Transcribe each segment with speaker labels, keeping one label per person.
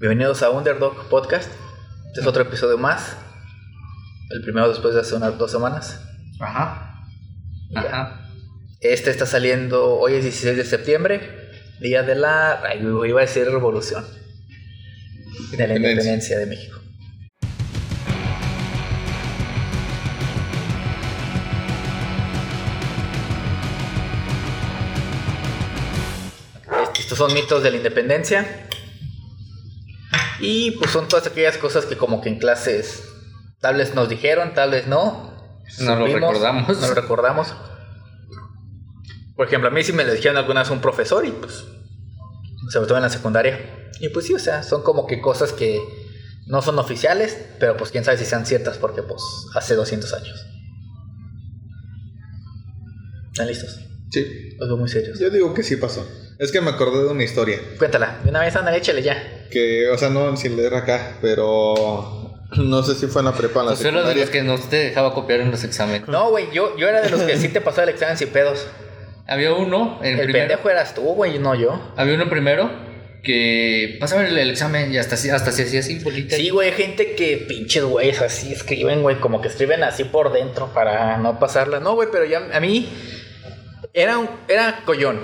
Speaker 1: Bienvenidos a Underdog Podcast. Este es otro episodio más. El primero después de hace unas dos semanas.
Speaker 2: Ajá.
Speaker 1: Ya.
Speaker 2: Ajá.
Speaker 1: Este está saliendo hoy es 16 de septiembre, día de la... ay, iba a decir revolución. De la
Speaker 2: Independencia.
Speaker 1: independencia de México. Este, Estos son mitos de la independencia. Y pues son todas aquellas cosas que como que en clases tal vez nos dijeron, tal vez no.
Speaker 2: No lo
Speaker 1: Supimos,
Speaker 2: recordamos.
Speaker 1: No lo recordamos. Por ejemplo, a mí sí me lo dijeron algunas un profesor y pues, sobre todo en la secundaria. Y pues sí, o sea, son como que cosas que no son oficiales, pero pues quién sabe si sean ciertas porque pues hace 200 años. ¿Están listos?
Speaker 3: Sí.
Speaker 1: Los veo muy serios.
Speaker 3: Yo digo que sí pasó. Es que me acordé de una historia.
Speaker 1: Cuéntala, de una vez anda, échale ya.
Speaker 3: Que, o sea, no sin leer acá, pero no sé si fue en la prepa o en la
Speaker 2: Pues uno de
Speaker 3: secundaria.
Speaker 2: los que no te dejaba copiar en los exámenes.
Speaker 1: No, güey, yo, yo era de los que sí te pasó el examen sin pedos.
Speaker 2: Había uno, el,
Speaker 1: El,
Speaker 2: primero.
Speaker 1: pendejo eras tú, güey, no yo.
Speaker 2: Había uno primero que pasaba el, el examen y hasta, así- hasta se hacía así bolita.
Speaker 1: Sí, güey, hay gente que pinches güeyes así escriben, güey, como que escriben así por dentro para no pasarla. No, güey, pero ya a mí era un, era collón.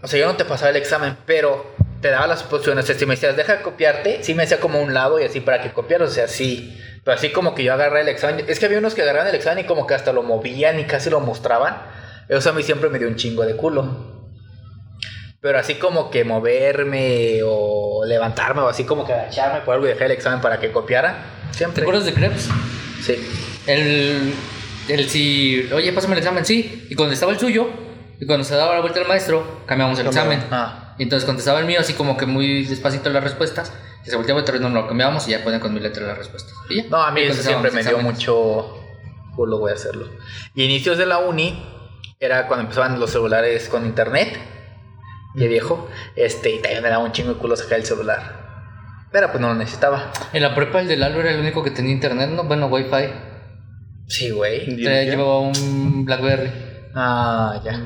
Speaker 1: O sea, yo no te pasaba el examen, pero te daba las opciones. O sea, si me decías, deja copiarte, sí me hacía como un lado y así para que copiaras, o sea, sí. Pero así como que yo agarré el examen. Es que había unos que agarraban el examen y como que hasta lo movían y casi lo mostraban. Eso a mí siempre me dio un chingo de culo. Pero así como que moverme o levantarme o así como que agacharme por algo y dejar el examen para que copiara.
Speaker 2: ¿Te
Speaker 1: Siempre.
Speaker 2: acuerdas de Krebs?
Speaker 1: Sí.
Speaker 2: El, el si, oye, pásame el examen, sí. Y cuando estaba el suyo, y cuando se daba la vuelta al maestro, cambiamos el
Speaker 3: Cambiaba.
Speaker 2: examen.
Speaker 1: Ah.
Speaker 2: Y entonces contestaba el mío así como que muy despacito las respuestas. Y se volteaba otra vez, no, no, lo cambiamos y ya ponían con mi letra las respuestas. Y ya.
Speaker 1: No, a mí
Speaker 2: Y
Speaker 1: eso siempre
Speaker 2: contestábamos
Speaker 1: me dio
Speaker 2: exámenes.
Speaker 1: mucho culo, voy a hacerlo. Y inicios de la uni era cuando empezaban los celulares con internet. Y viejo, este, y también me daba un chingo de culo sacar el celular. Pero pues no lo necesitaba.
Speaker 2: En la prepa el del Lalo era el único que tenía internet, ¿no? Bueno, wifi.
Speaker 1: Sí, güey.
Speaker 3: ¿Y
Speaker 2: Traía-
Speaker 3: el qué?
Speaker 2: llevaba un Blackberry
Speaker 1: Ah, ya.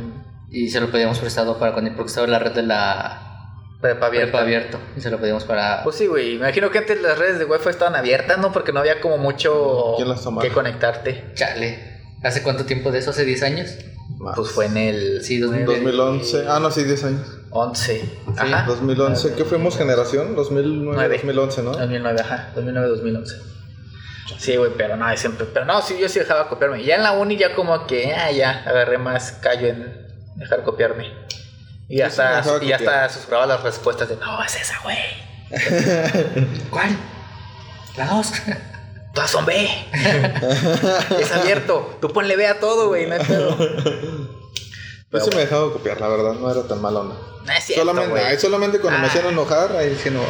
Speaker 2: y se lo pedíamos prestado para cuando porque estaba la red de la
Speaker 1: Prepa abierta.
Speaker 2: prepa abierto y se lo pedíamos para
Speaker 1: Pues sí, güey. Me imagino que antes las redes de Wi-Fi estaban abiertas, ¿no? Porque no había como mucho
Speaker 3: ¿Quién las tomaba?
Speaker 1: que conectarte.
Speaker 2: chale. ¿Hace cuánto tiempo de eso? ¿Hace 10 años?
Speaker 3: Más.
Speaker 1: Pues fue en el
Speaker 2: Sí, 2000.
Speaker 3: 2011. Ah, no, sí, 10 años.
Speaker 1: 11. Ajá.
Speaker 3: 2011. ¿Qué fuimos? ¿Generación? 2009,
Speaker 1: Nueve. Ah,
Speaker 3: 2011, ¿no?
Speaker 1: 2009, ajá. 2009-2011. Sí, güey, pero no, siempre. Pero no, sí, yo sí dejaba copiarme. Ya en la uni ya como que, ah, ya, agarré más callo en dejar copiarme. Y
Speaker 3: Yo sí me
Speaker 1: hasta,
Speaker 3: dejaba
Speaker 1: y hasta
Speaker 3: copiar.
Speaker 1: susurraba las respuestas de, no, es esa, güey.
Speaker 2: ¿Cuál? La dos.
Speaker 1: Todas son B. es abierto. Tú ponle B a todo, güey. No hay pedo.
Speaker 3: Yo Pues sí me dejaba copiar, la verdad, no era tan mala onda.
Speaker 1: No es cierto,
Speaker 3: solamente,
Speaker 1: güey.
Speaker 3: ay, solamente cuando
Speaker 1: Ah.
Speaker 3: me hacían enojar, ahí sí no.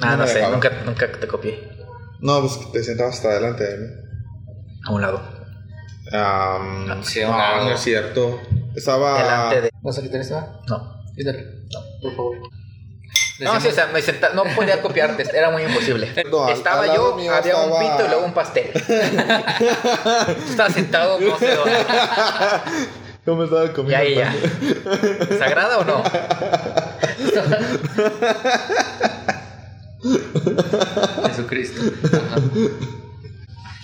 Speaker 1: Ah,
Speaker 3: No
Speaker 1: no
Speaker 3: me
Speaker 1: sé,
Speaker 3: dejaba.
Speaker 1: nunca, nunca te copié.
Speaker 3: No, pues te sentabas hasta adelante de mí.
Speaker 1: A un lado.
Speaker 3: Am,
Speaker 2: Accionado.
Speaker 3: no, no es cierto. Estaba.
Speaker 1: Ah, Delante de.
Speaker 2: ¿Vas a quitar esta?
Speaker 1: No.
Speaker 2: Quítale. Por favor.
Speaker 1: No, sí, o sea, me senta- no podía copiarte, era muy imposible.
Speaker 3: No, al-
Speaker 1: estaba
Speaker 3: al lado
Speaker 1: yo,
Speaker 3: mío
Speaker 1: había un
Speaker 3: estaba-
Speaker 1: pito y luego un pastel. Tú estabas sentado, no sé dónde.
Speaker 3: Yo me estaba comiendo.
Speaker 1: Ya, ya, ya. ¿Sagrada o no?
Speaker 2: Jesucristo. Ajá.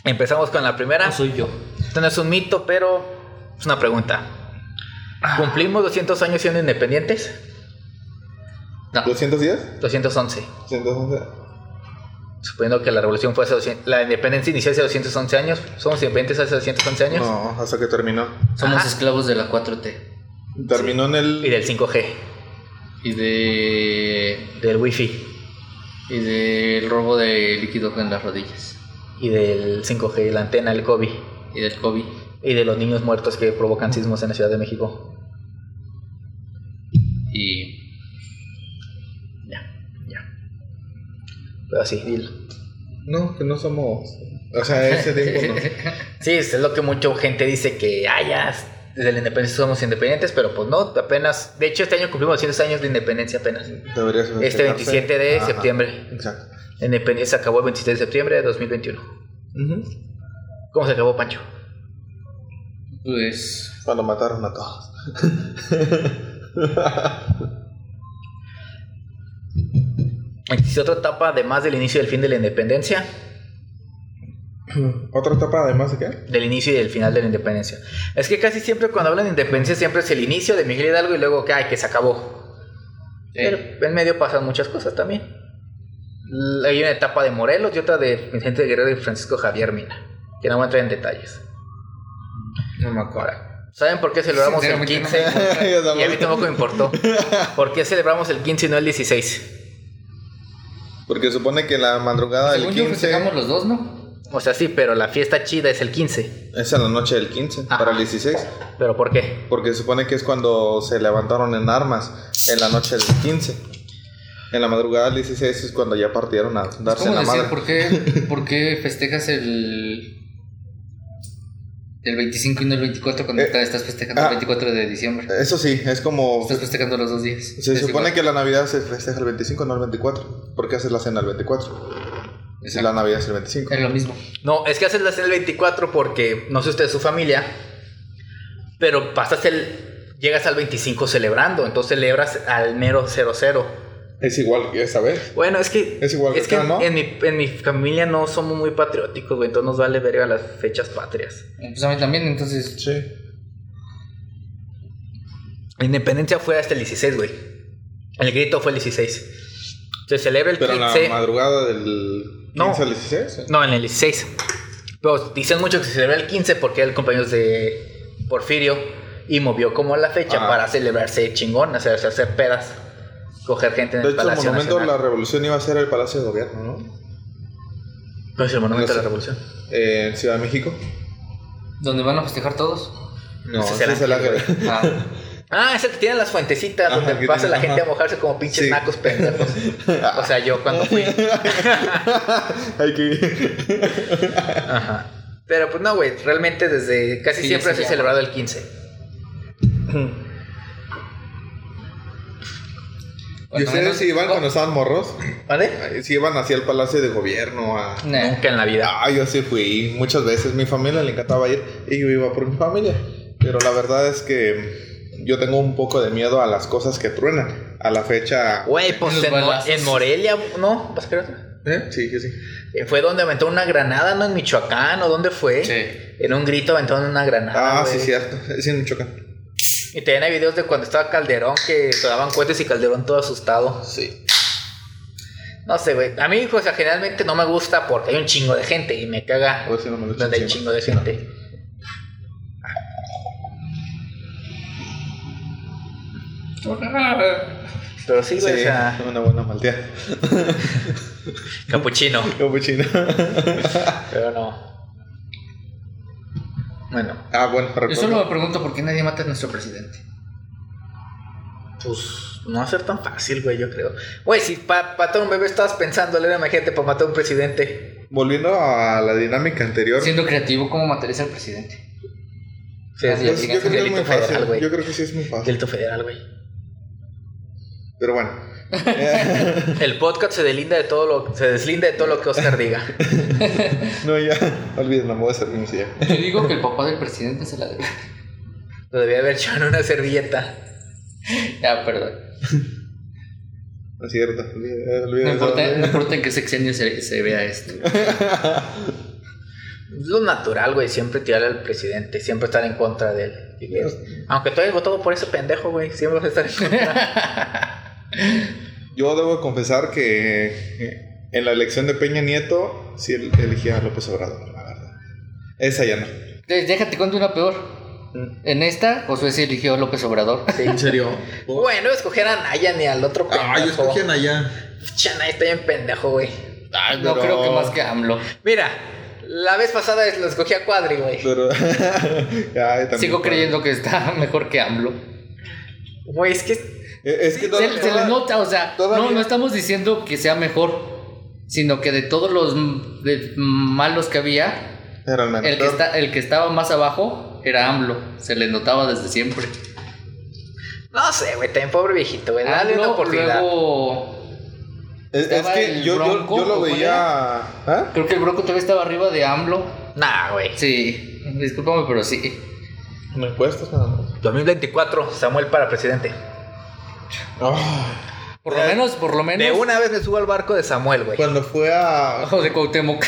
Speaker 1: Empezamos con la primera.
Speaker 2: No soy yo.
Speaker 1: Esto no es un mito, pero es una pregunta. ¿Cumplimos 200 años siendo independientes?
Speaker 2: No.
Speaker 3: ¿210?
Speaker 1: 211.
Speaker 3: 111.
Speaker 1: Suponiendo que la revolución fue hace 200 La independencia inició hace 211 años. ¿Somos independientes hace 211 años?
Speaker 3: No, hasta que terminó.
Speaker 2: Somos
Speaker 1: Ajá.
Speaker 2: esclavos de la 4T.
Speaker 3: Terminó en el.
Speaker 1: Y del 5G,
Speaker 2: Y de.
Speaker 1: del Wi-Fi,
Speaker 2: Y del robo de líquido en las rodillas.
Speaker 1: y del 5G, la antena, el COVID,
Speaker 2: Y del COVID.
Speaker 1: y de los niños muertos que provocan sismos en la Ciudad de México.
Speaker 2: Y.
Speaker 1: Ya, ya. Pero sí, dilo.
Speaker 3: No, que no somos. O sea, ese tiempo no.
Speaker 1: Sí, es es lo que mucha gente dice que, ah, ya, desde la independencia somos independientes, pero pues no, apenas, de hecho este año cumplimos 200 años de independencia apenas.
Speaker 3: Debería ser
Speaker 1: Este 27 de
Speaker 3: Ajá,
Speaker 1: septiembre.
Speaker 3: Exacto.
Speaker 1: La independencia se acabó el 26 de septiembre de 2021.
Speaker 3: Ujú.
Speaker 1: ¿Cómo se acabó, Pancho?
Speaker 2: Pues.
Speaker 3: Cuando mataron a todos.
Speaker 1: ¿Existe otra etapa además del inicio y del fin de la independencia?
Speaker 3: ¿Otra etapa además de qué?
Speaker 1: Del inicio y del final de la independencia. Es que casi siempre cuando hablan de independencia siempre es el inicio de Miguel Hidalgo y luego que, ay, que se acabó.
Speaker 2: eh,
Speaker 1: Pero en medio pasan muchas cosas también. L- Hay una etapa de Morelos y otra de Vicente Guerrero y Francisco Javier Mina, que no voy a entrar en detalles.
Speaker 2: No me acuerdo.
Speaker 1: Ahora, ¿saben por qué celebramos el
Speaker 2: Sinceramente,
Speaker 1: 15?
Speaker 2: no me acuerdo.
Speaker 3: Yo
Speaker 1: Y a mí tampoco
Speaker 3: tampoco.
Speaker 1: me importó. ¿Por qué celebramos el 15 y no el 16?
Speaker 3: Porque supone que la madrugada del
Speaker 2: Según yo
Speaker 3: 15
Speaker 2: festejamos los dos, ¿no?
Speaker 1: O sea, sí, pero la fiesta chida es el 15.
Speaker 3: es a la noche del 15
Speaker 1: Ajá.
Speaker 3: para el 16.
Speaker 1: ¿Pero por qué?
Speaker 3: Porque supone que es cuando se levantaron en armas en la noche del 15. En la madrugada del 16 es cuando ya partieron a
Speaker 2: Es
Speaker 3: darse
Speaker 2: como
Speaker 3: la
Speaker 2: decir,
Speaker 3: madre.
Speaker 2: ¿por qué, por qué festejas el... El 25 y no el 24 cuando
Speaker 3: Eh,
Speaker 2: está- estás festejando
Speaker 3: ah.
Speaker 2: el 24 de diciembre?
Speaker 3: Eso sí, es como...
Speaker 2: Estás festejando los dos días.
Speaker 3: Se supone que la Navidad se festeja el 25, no el 24. ¿Por qué haces la cena el 24? Si la Navidad es el 25.
Speaker 2: Es lo mismo.
Speaker 1: No, es que haces la cena el 24 porque no sé usted su familia, pero pasas el. Llegas al 25 celebrando, entonces celebras al mero 00.
Speaker 3: Es igual que esa vez.
Speaker 1: Bueno, es que.
Speaker 3: Es igual que
Speaker 1: que
Speaker 3: acá, ¿no?
Speaker 1: en, mi, en mi familia no somos muy patrióticos, güey, entonces nos vale verga las fechas patrias.
Speaker 2: Pues a mí también, entonces...
Speaker 3: Sí.
Speaker 1: La independencia fue hasta el 16, güey. El grito fue el 16. Se celebra el
Speaker 3: Pero en la
Speaker 1: 15.
Speaker 3: madrugada del 15
Speaker 1: No.
Speaker 3: al 16.
Speaker 1: No, en el 16. Pero dicen mucho que se celebra el 15 porque era el cumpleaños de Porfirio y movió como la fecha
Speaker 3: Ah.
Speaker 1: para celebrarse chingón, hacer, hacer pedas, coger gente en
Speaker 3: De
Speaker 1: el
Speaker 3: hecho, el
Speaker 1: Palacio
Speaker 3: monumento de la
Speaker 1: Nacional.
Speaker 3: revolución iba a ser el Palacio de Gobierno, ¿no?
Speaker 1: ¿No es el monumento de la
Speaker 3: No sé.
Speaker 1: revolución?
Speaker 3: Eh, en Ciudad de México.
Speaker 2: ¿Dónde van a festejar todos?
Speaker 3: No,
Speaker 1: Ese es
Speaker 3: ese
Speaker 1: el
Speaker 3: es el
Speaker 1: Ángel,
Speaker 3: ángel.
Speaker 2: Ah,
Speaker 1: Ah, es el que tiene las fuentecitas
Speaker 3: Ajá,
Speaker 1: donde
Speaker 3: que
Speaker 1: pasa
Speaker 3: tiene-
Speaker 1: la gente a
Speaker 3: ajá.
Speaker 1: mojarse como pinches
Speaker 3: Sí.
Speaker 1: nacos pendejos. O sea, yo cuando fui.
Speaker 3: Hay que ir.
Speaker 1: Ajá. Pero pues no, güey, realmente desde casi
Speaker 2: Sí,
Speaker 1: siempre
Speaker 2: sí,
Speaker 1: se ha
Speaker 2: ya.
Speaker 1: celebrado el 15.
Speaker 3: ¿Y
Speaker 2: cuando
Speaker 3: ustedes
Speaker 2: menos- Oh.
Speaker 3: si iban
Speaker 2: cu-
Speaker 3: cuando estaban morros?
Speaker 1: ¿Vale?
Speaker 3: Si iban hacia el Palacio de Gobierno a...
Speaker 2: Nah.
Speaker 1: Nunca en la vida.
Speaker 3: Ah, yo sí fui muchas veces. Mi familia le encantaba ir y yo iba por mi familia. Pero la verdad es que yo tengo un poco de miedo a las cosas que truenan. A la fecha.
Speaker 1: Güey, pues
Speaker 2: Los
Speaker 1: en, Mo-
Speaker 2: balazos.
Speaker 1: en Morelia, ¿no? ¿Vas a creer?
Speaker 3: ¿Eh? Sí, que sí.
Speaker 1: Eh, Fue donde aventó una granada, ¿no? En Michoacán, ¿o dónde
Speaker 2: Oh,
Speaker 1: fue?
Speaker 2: Sí.
Speaker 1: En un grito aventaron una granada.
Speaker 3: Ah, sí,
Speaker 1: güey.
Speaker 3: cierto. Es en Michoacán.
Speaker 1: Y te hay videos de cuando estaba Calderón que se daban cohetes y Calderón todo asustado.
Speaker 3: Sí.
Speaker 1: No sé, güey. A mí, pues, o sea, generalmente no me gusta porque hay un chingo de gente y me caga
Speaker 3: A ver si no me lo echo
Speaker 1: donde hay
Speaker 3: encima.
Speaker 1: chingo de gente.
Speaker 2: ah,
Speaker 1: Pero sí,
Speaker 3: Sí,
Speaker 1: güey, o sea,
Speaker 3: una buena maldea.
Speaker 1: capuchino.
Speaker 3: Capuchino.
Speaker 1: Pero no. Bueno,
Speaker 3: ah, bueno,
Speaker 2: Yo
Speaker 3: recuerdo.
Speaker 2: solo me pregunto por qué nadie mata a nuestro presidente.
Speaker 1: pues no va a ser tan fácil, güey, yo creo. Güey, si para matar a un bebé estabas pensando, le imagínate para matar a un presidente.
Speaker 3: Volviendo a la dinámica anterior.
Speaker 2: Siendo creativo, ¿cómo matarías al presidente?
Speaker 1: Sí,
Speaker 2: Así
Speaker 1: sí,
Speaker 3: pues,
Speaker 1: sí,
Speaker 2: es.
Speaker 3: yo creo que es
Speaker 1: delito
Speaker 3: muy fácil.
Speaker 1: federal, güey.
Speaker 3: yo creo que sí es muy fácil.
Speaker 1: Delito federal, güey.
Speaker 3: Pero bueno.
Speaker 1: El podcast se deslinda de todo lo, se deslinda de todo lo que Oscar diga.
Speaker 3: No, ya. Olviden la moda de servicio ya.
Speaker 2: Yo digo que el papá del presidente se la debe.
Speaker 1: Lo debía haber hecho en una servilleta.
Speaker 2: Ya, perdón.
Speaker 3: No es cierto. Olviden,
Speaker 2: No
Speaker 3: olviden esa
Speaker 2: importa, no
Speaker 3: onda.
Speaker 2: importa en qué sexenio se, se vea esto.
Speaker 1: Es Lo natural, güey, siempre tirarle al presidente, siempre estar en contra de él. Y que- Aunque tú hayas votado por ese pendejo, güey, siempre vas a estar en contra.
Speaker 3: Yo debo confesar que eh, en la elección de Peña Nieto sí el- elegí a López Obrador, la verdad. Esa ya no.
Speaker 2: Eh, Déjate cuento una peor.
Speaker 3: Mm.
Speaker 2: En esta, Josué se eligió a López Obrador.
Speaker 3: ¿En serio?
Speaker 1: bueno, escoger a Naya ni al otro pendejo.
Speaker 3: Ah, yo escogí a Naya.
Speaker 1: Pinche Naya está bien pendejo, güey.
Speaker 2: no
Speaker 3: Ah, pero-
Speaker 2: creo que más que AMLO.
Speaker 1: Mira, la vez pasada lo escogí a Cuadri, güey.
Speaker 3: Pero. Ay, también
Speaker 2: Sigo
Speaker 3: fue-
Speaker 2: creyendo que está mejor que AMLO.
Speaker 1: Güey, es que.
Speaker 3: Eh, Es que
Speaker 2: Se,
Speaker 3: toda-
Speaker 2: se le nota, o sea, no,
Speaker 3: todavía-
Speaker 2: no estamos diciendo que sea mejor, sino que de todos los mm, de- malos que había,
Speaker 3: Era el
Speaker 2: el que,
Speaker 3: mentor.
Speaker 2: está, el que estaba más abajo era AMLO. Se le notaba desde siempre.
Speaker 1: No sé, güey, también pobre viejito, güey. Dale
Speaker 3: Ah,
Speaker 1: una
Speaker 2: AMLO,
Speaker 1: oportunidad.
Speaker 2: Ah, luego,
Speaker 3: Es, es
Speaker 2: estaba
Speaker 3: que
Speaker 2: el
Speaker 3: yo, yo-
Speaker 2: Bronco,
Speaker 3: yo lo
Speaker 2: ¿o cuál
Speaker 3: veía. ¿Ah?
Speaker 2: creo que el Bronco todavía estaba arriba de AMLO.
Speaker 1: Nah, güey.
Speaker 2: Sí, discúlpame, pero sí.
Speaker 3: En encuestas nada más.
Speaker 1: 2024, Samuel para presidente.
Speaker 3: Ah,
Speaker 2: Por lo
Speaker 1: De-
Speaker 2: menos, por lo menos.
Speaker 1: De una vez me subo al barco de Samuel, güey.
Speaker 3: Cuando fue a.
Speaker 2: Ojos de Cuauhtémoc.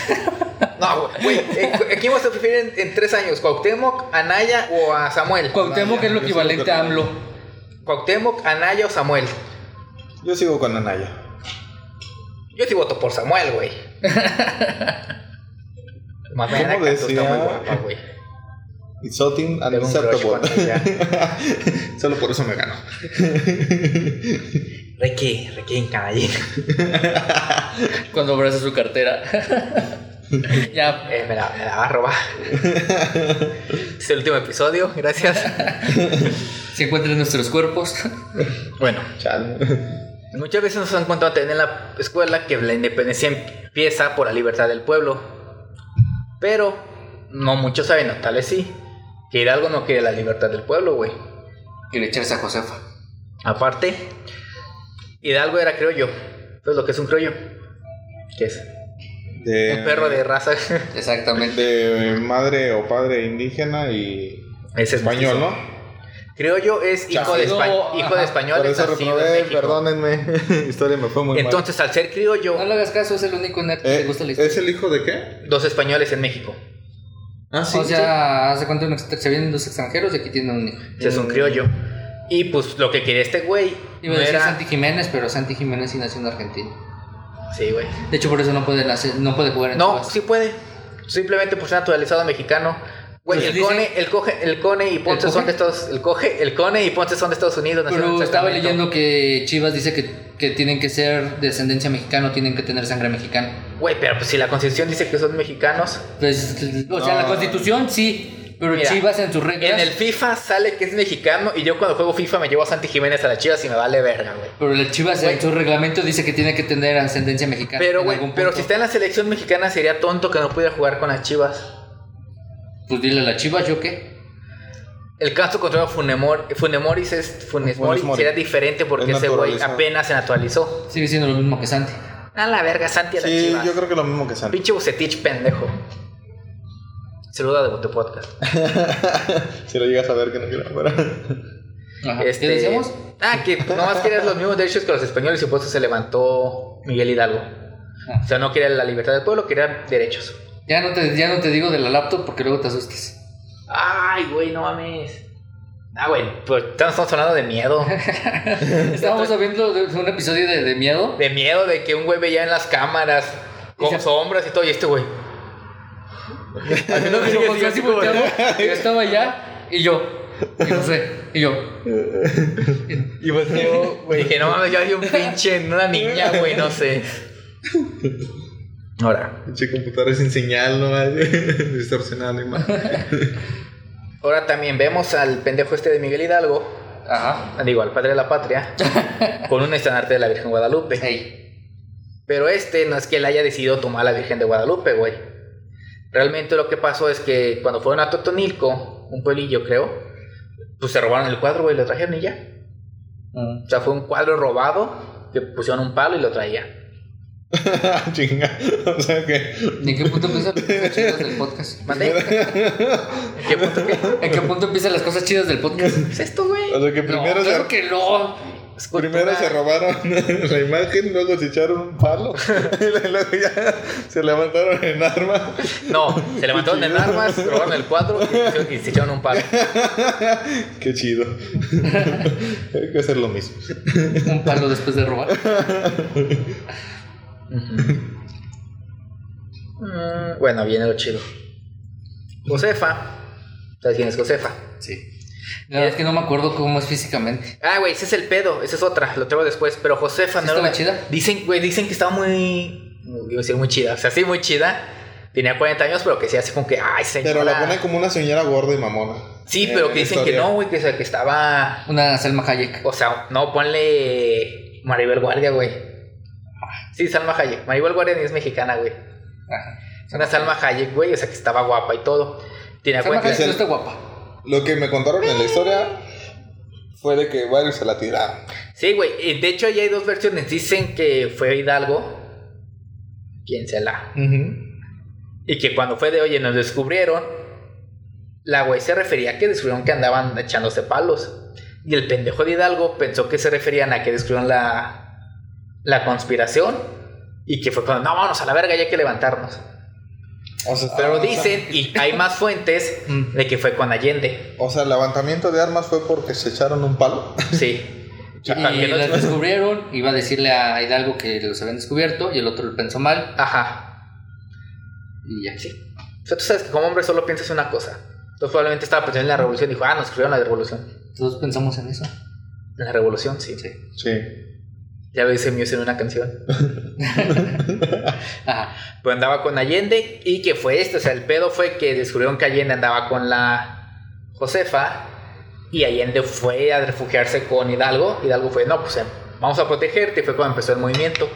Speaker 1: No, güey. eh, ¿A quién vas a preferir en, en tres años? ¿Cuauhtémoc, Anaya o a Samuel?
Speaker 2: Cuauhtémoc
Speaker 3: Vaya,
Speaker 2: es lo
Speaker 3: yo
Speaker 2: equivalente
Speaker 3: sigo
Speaker 2: a
Speaker 3: con-
Speaker 2: AMLO.
Speaker 1: ¿Cuauhtémoc, Anaya o Samuel?
Speaker 3: Yo sigo con Anaya.
Speaker 1: Yo sí voto por Samuel, güey. Más bien,
Speaker 3: ¿Cómo
Speaker 1: Anaya Cantú está
Speaker 3: decía?
Speaker 1: muy guapa, güey.
Speaker 3: It's all team and
Speaker 1: Tengo un
Speaker 3: it's up to
Speaker 1: crush con
Speaker 3: one.
Speaker 1: ella.
Speaker 3: Solo por eso me ganó.
Speaker 1: Ricky, Ricky en calle.
Speaker 2: Cuando abraza su cartera. ya.
Speaker 1: Eh, me, la, me la va a robar. es el último episodio, gracias.
Speaker 2: Se encuentran nuestros cuerpos.
Speaker 1: Bueno,
Speaker 3: Chale.
Speaker 1: muchas veces nos han contado también en la escuela que la independencia empieza por la libertad del pueblo. Pero no muchos saben, o tal vez sí, que Hidalgo no quiere la libertad del pueblo, güey.
Speaker 2: Quiere echarse a Josefa.
Speaker 1: Aparte, Hidalgo era criollo. Pues lo que es un criollo. ¿Qué es?
Speaker 3: De,
Speaker 1: Un perro de raza.
Speaker 2: Exactamente.
Speaker 3: de madre o padre indígena y
Speaker 1: Ese es
Speaker 3: español,
Speaker 1: mestizo.
Speaker 3: ¿no?
Speaker 1: Criollo es hijo, de,
Speaker 2: Nacido-
Speaker 1: espa- hijo de
Speaker 2: ajá,
Speaker 1: español.
Speaker 3: Por eso reprobé, perdónenme. Historia me fue muy mal.
Speaker 1: Entonces, al ser criollo,
Speaker 2: No le hagas caso, es el único nerd que
Speaker 3: Eh,
Speaker 2: te gusta la historia.
Speaker 3: ¿Es el hijo de qué?
Speaker 1: dos españoles en México.
Speaker 3: Ah,
Speaker 2: o sea, hace cuánto se vienen los extranjeros y aquí tienen un hijo.
Speaker 1: Ese es un
Speaker 3: Mm.
Speaker 1: criollo. Y pues lo que quería este güey
Speaker 2: Iba
Speaker 1: no
Speaker 2: a decir
Speaker 1: era.
Speaker 2: Santi Jiménez, pero Santi Jiménez sí nació en Argentina.
Speaker 1: Sí, güey.
Speaker 2: De hecho, por eso no puede, nacer- no puede jugar en
Speaker 1: No,
Speaker 2: Chivas.
Speaker 1: sí puede. Simplemente por ser naturalizado mexicano. Güey,
Speaker 2: Pues
Speaker 1: el
Speaker 2: dice-
Speaker 1: Cone, el Coge, el Cone y Ponce
Speaker 2: ¿El
Speaker 1: son
Speaker 2: Coge?
Speaker 1: de Estados el Coge, el Cone y Ponce son de Estados Unidos. nacieron
Speaker 2: Pero
Speaker 1: en
Speaker 2: estaba
Speaker 1: Sacramento.
Speaker 2: leyendo que Chivas dice que, que tienen que ser de descendencia mexicana, tienen que tener sangre mexicana.
Speaker 1: Güey, pero pues si la constitución dice que son mexicanos,
Speaker 2: Pues, o sea,
Speaker 3: No.
Speaker 2: la constitución sí, pero
Speaker 1: Mira,
Speaker 2: Chivas en sus reglas.
Speaker 1: en el FIFA sale que es mexicano y yo cuando juego FIFA me llevo a Santi Jiménez a la chivas y me vale verga, güey.
Speaker 2: Pero el Chivas
Speaker 1: Güey.
Speaker 2: en su reglamento dice que tiene que tener ascendencia mexicana.
Speaker 1: Pero,
Speaker 2: en
Speaker 1: güey,
Speaker 2: algún
Speaker 1: pero
Speaker 2: punto.
Speaker 1: si está en la selección mexicana sería tonto que no pudiera jugar con las chivas.
Speaker 2: Pues dile a la Chivas, ¿yo qué?
Speaker 1: El caso contra Funemor, Funemoris es Funes Mori,
Speaker 3: Funes Mori.
Speaker 1: sería diferente porque
Speaker 3: Es
Speaker 1: ese güey
Speaker 3: naturalizado.
Speaker 1: apenas se naturalizó.
Speaker 2: Sigue siendo lo mismo que Santi.
Speaker 1: A la verga, Santi a la
Speaker 3: Sí,
Speaker 1: chivas.
Speaker 3: yo creo que lo mismo que Santi.
Speaker 1: Pinche Bucetich, pendejo. Saluda de Bote Podcast.
Speaker 3: si lo llegas a ver, que no quiero fuera.
Speaker 2: Ajá.
Speaker 1: Este,
Speaker 2: ¿Qué decíamos?
Speaker 1: Ah, que nomás querías los mismos derechos que los españoles y por eso se levantó Miguel Hidalgo.
Speaker 2: Ah.
Speaker 1: O sea, no quería la libertad del pueblo, quería derechos.
Speaker 2: Ya no, te, ya no te digo de la laptop porque luego te asustas.
Speaker 1: Ay, güey, no mames. Ah, güey, pues estamos estamos hablando de miedo.
Speaker 2: Estábamos viendo de- un episodio de, de miedo.
Speaker 1: De miedo de que un güey veía en las cámaras
Speaker 2: Y
Speaker 1: con
Speaker 2: se-
Speaker 1: sombras y todo. Y este güey. Haciendo que
Speaker 2: Yo
Speaker 1: sigue
Speaker 2: volteé
Speaker 1: así
Speaker 2: así,
Speaker 1: como de-
Speaker 2: volteaba, yo estaba allá y yo. Y no sé, y yo.
Speaker 1: Y volteó, güey. Dije, no mames, yo había un pinche, una niña, güey, no sé. Ahora,
Speaker 3: Pinche computadora sin señal, no hay. Distorsionada la imagen.
Speaker 1: ahora también vemos al pendejo este de Miguel Hidalgo,
Speaker 2: Ajá.
Speaker 1: digo, al padre de la patria, con un estandarte de la Virgen Guadalupe.
Speaker 2: Ey.
Speaker 1: Pero este no es que él haya decidido tomar a la Virgen de Guadalupe, güey. Realmente lo que pasó es que cuando fueron a Totonilco, un pueblillo creo, pues se robaron el cuadro, güey, lo trajeron y ya. O sea, fue un cuadro robado que pusieron un palo y lo traía.
Speaker 3: Chinga. O sea que.
Speaker 2: ¿Y en qué punto empiezan las cosas chidas del podcast?
Speaker 1: ¿Mandé? ¿En qué punto qué?
Speaker 2: ¿En qué punto empiezan las cosas chidas del podcast?
Speaker 1: ¿Qué es esto, güey?
Speaker 3: O sea que
Speaker 2: No,
Speaker 3: primero,
Speaker 2: claro
Speaker 3: se,
Speaker 2: que no.
Speaker 1: Es Pues, cultura.
Speaker 3: primero se robaron la imagen, luego se echaron un palo. y luego ya se levantaron en arma.
Speaker 1: No, se levantaron en armas, robaron el cuadro y se echaron- y se echaron un palo.
Speaker 3: Qué chido. Hay que hacer lo mismo.
Speaker 2: Un palo después de robar.
Speaker 1: Mm, Bueno, viene lo chido. Josefa. ¿Sabes quién es Josefa?
Speaker 2: Sí. La verdad es que no me acuerdo cómo es físicamente.
Speaker 1: Ah, güey, ese es el pedo, esa es otra, lo traigo después. Pero Josefa
Speaker 2: ¿Sí
Speaker 1: no era
Speaker 2: estaba
Speaker 1: una-
Speaker 2: chida?
Speaker 1: Dicen, güey, dicen que estaba muy. Iba a decir muy chida, o sea, sí, muy chida. Tenía 40 años, pero que sí, así como que, ay, señora.
Speaker 3: Pero la pone como una señora gorda y mamona.
Speaker 1: Sí,
Speaker 3: En
Speaker 1: pero
Speaker 3: la
Speaker 1: que dicen que
Speaker 3: historia.
Speaker 1: no, güey, que, o sea, que estaba.
Speaker 2: Una Salma Hayek.
Speaker 1: O sea, no, ponle. Maribel Guardia, güey. Sí, Salma Hayek. Maribel Guardia ni es mexicana, güey.
Speaker 2: Ajá.
Speaker 1: Es una Salma Hayek, güey, o sea, que estaba guapa y todo. Tenía
Speaker 2: Salma
Speaker 1: 40
Speaker 2: Hayek
Speaker 3: Es el-
Speaker 2: no está guapa.
Speaker 3: Lo que me contaron en la historia fue de que varios se la tiraron.
Speaker 1: Sí, güey. eh, De hecho, ahí hay dos versiones. Dicen que fue Hidalgo. Piénsela. Y que cuando fue de, oye, nos descubrieron. La güey se refería a que descubrieron que andaban echándose palos. Y el pendejo de Hidalgo pensó que se referían a que descubrieron la, la conspiración y que fue cuando, no, vamos a la verga, ya hay que levantarnos.
Speaker 3: O sea,
Speaker 1: Pero
Speaker 3: estaban-
Speaker 1: dicen, y hay más fuentes,
Speaker 2: Mm.
Speaker 1: de que fue con Allende.
Speaker 3: O sea, el levantamiento de armas fue porque se echaron un palo.
Speaker 1: Sí.
Speaker 2: Y
Speaker 1: Para que no-
Speaker 2: las descubrieron, iba a decirle a Hidalgo que los habían descubierto y el otro lo pensó mal
Speaker 1: Ajá.
Speaker 2: y ya.
Speaker 1: Sí. O sea, tú sabes que como hombre solo piensas una cosa. Entonces probablemente estaba pensando en la revolución y dijo, ah, nos escribieron la revolución.
Speaker 2: Todos pensamos en eso.
Speaker 1: En la revolución, sí.
Speaker 2: Sí.
Speaker 3: Sí.
Speaker 1: Ya lo dice Muse en una canción.
Speaker 2: Ajá.
Speaker 1: Pero andaba con Allende y que fue esto. O sea, el pedo fue que descubrieron que Allende andaba con la Josefa y Allende fue a refugiarse con Hidalgo. Hidalgo fue, no, pues eh, vamos a protegerte. Y fue cuando empezó el movimiento.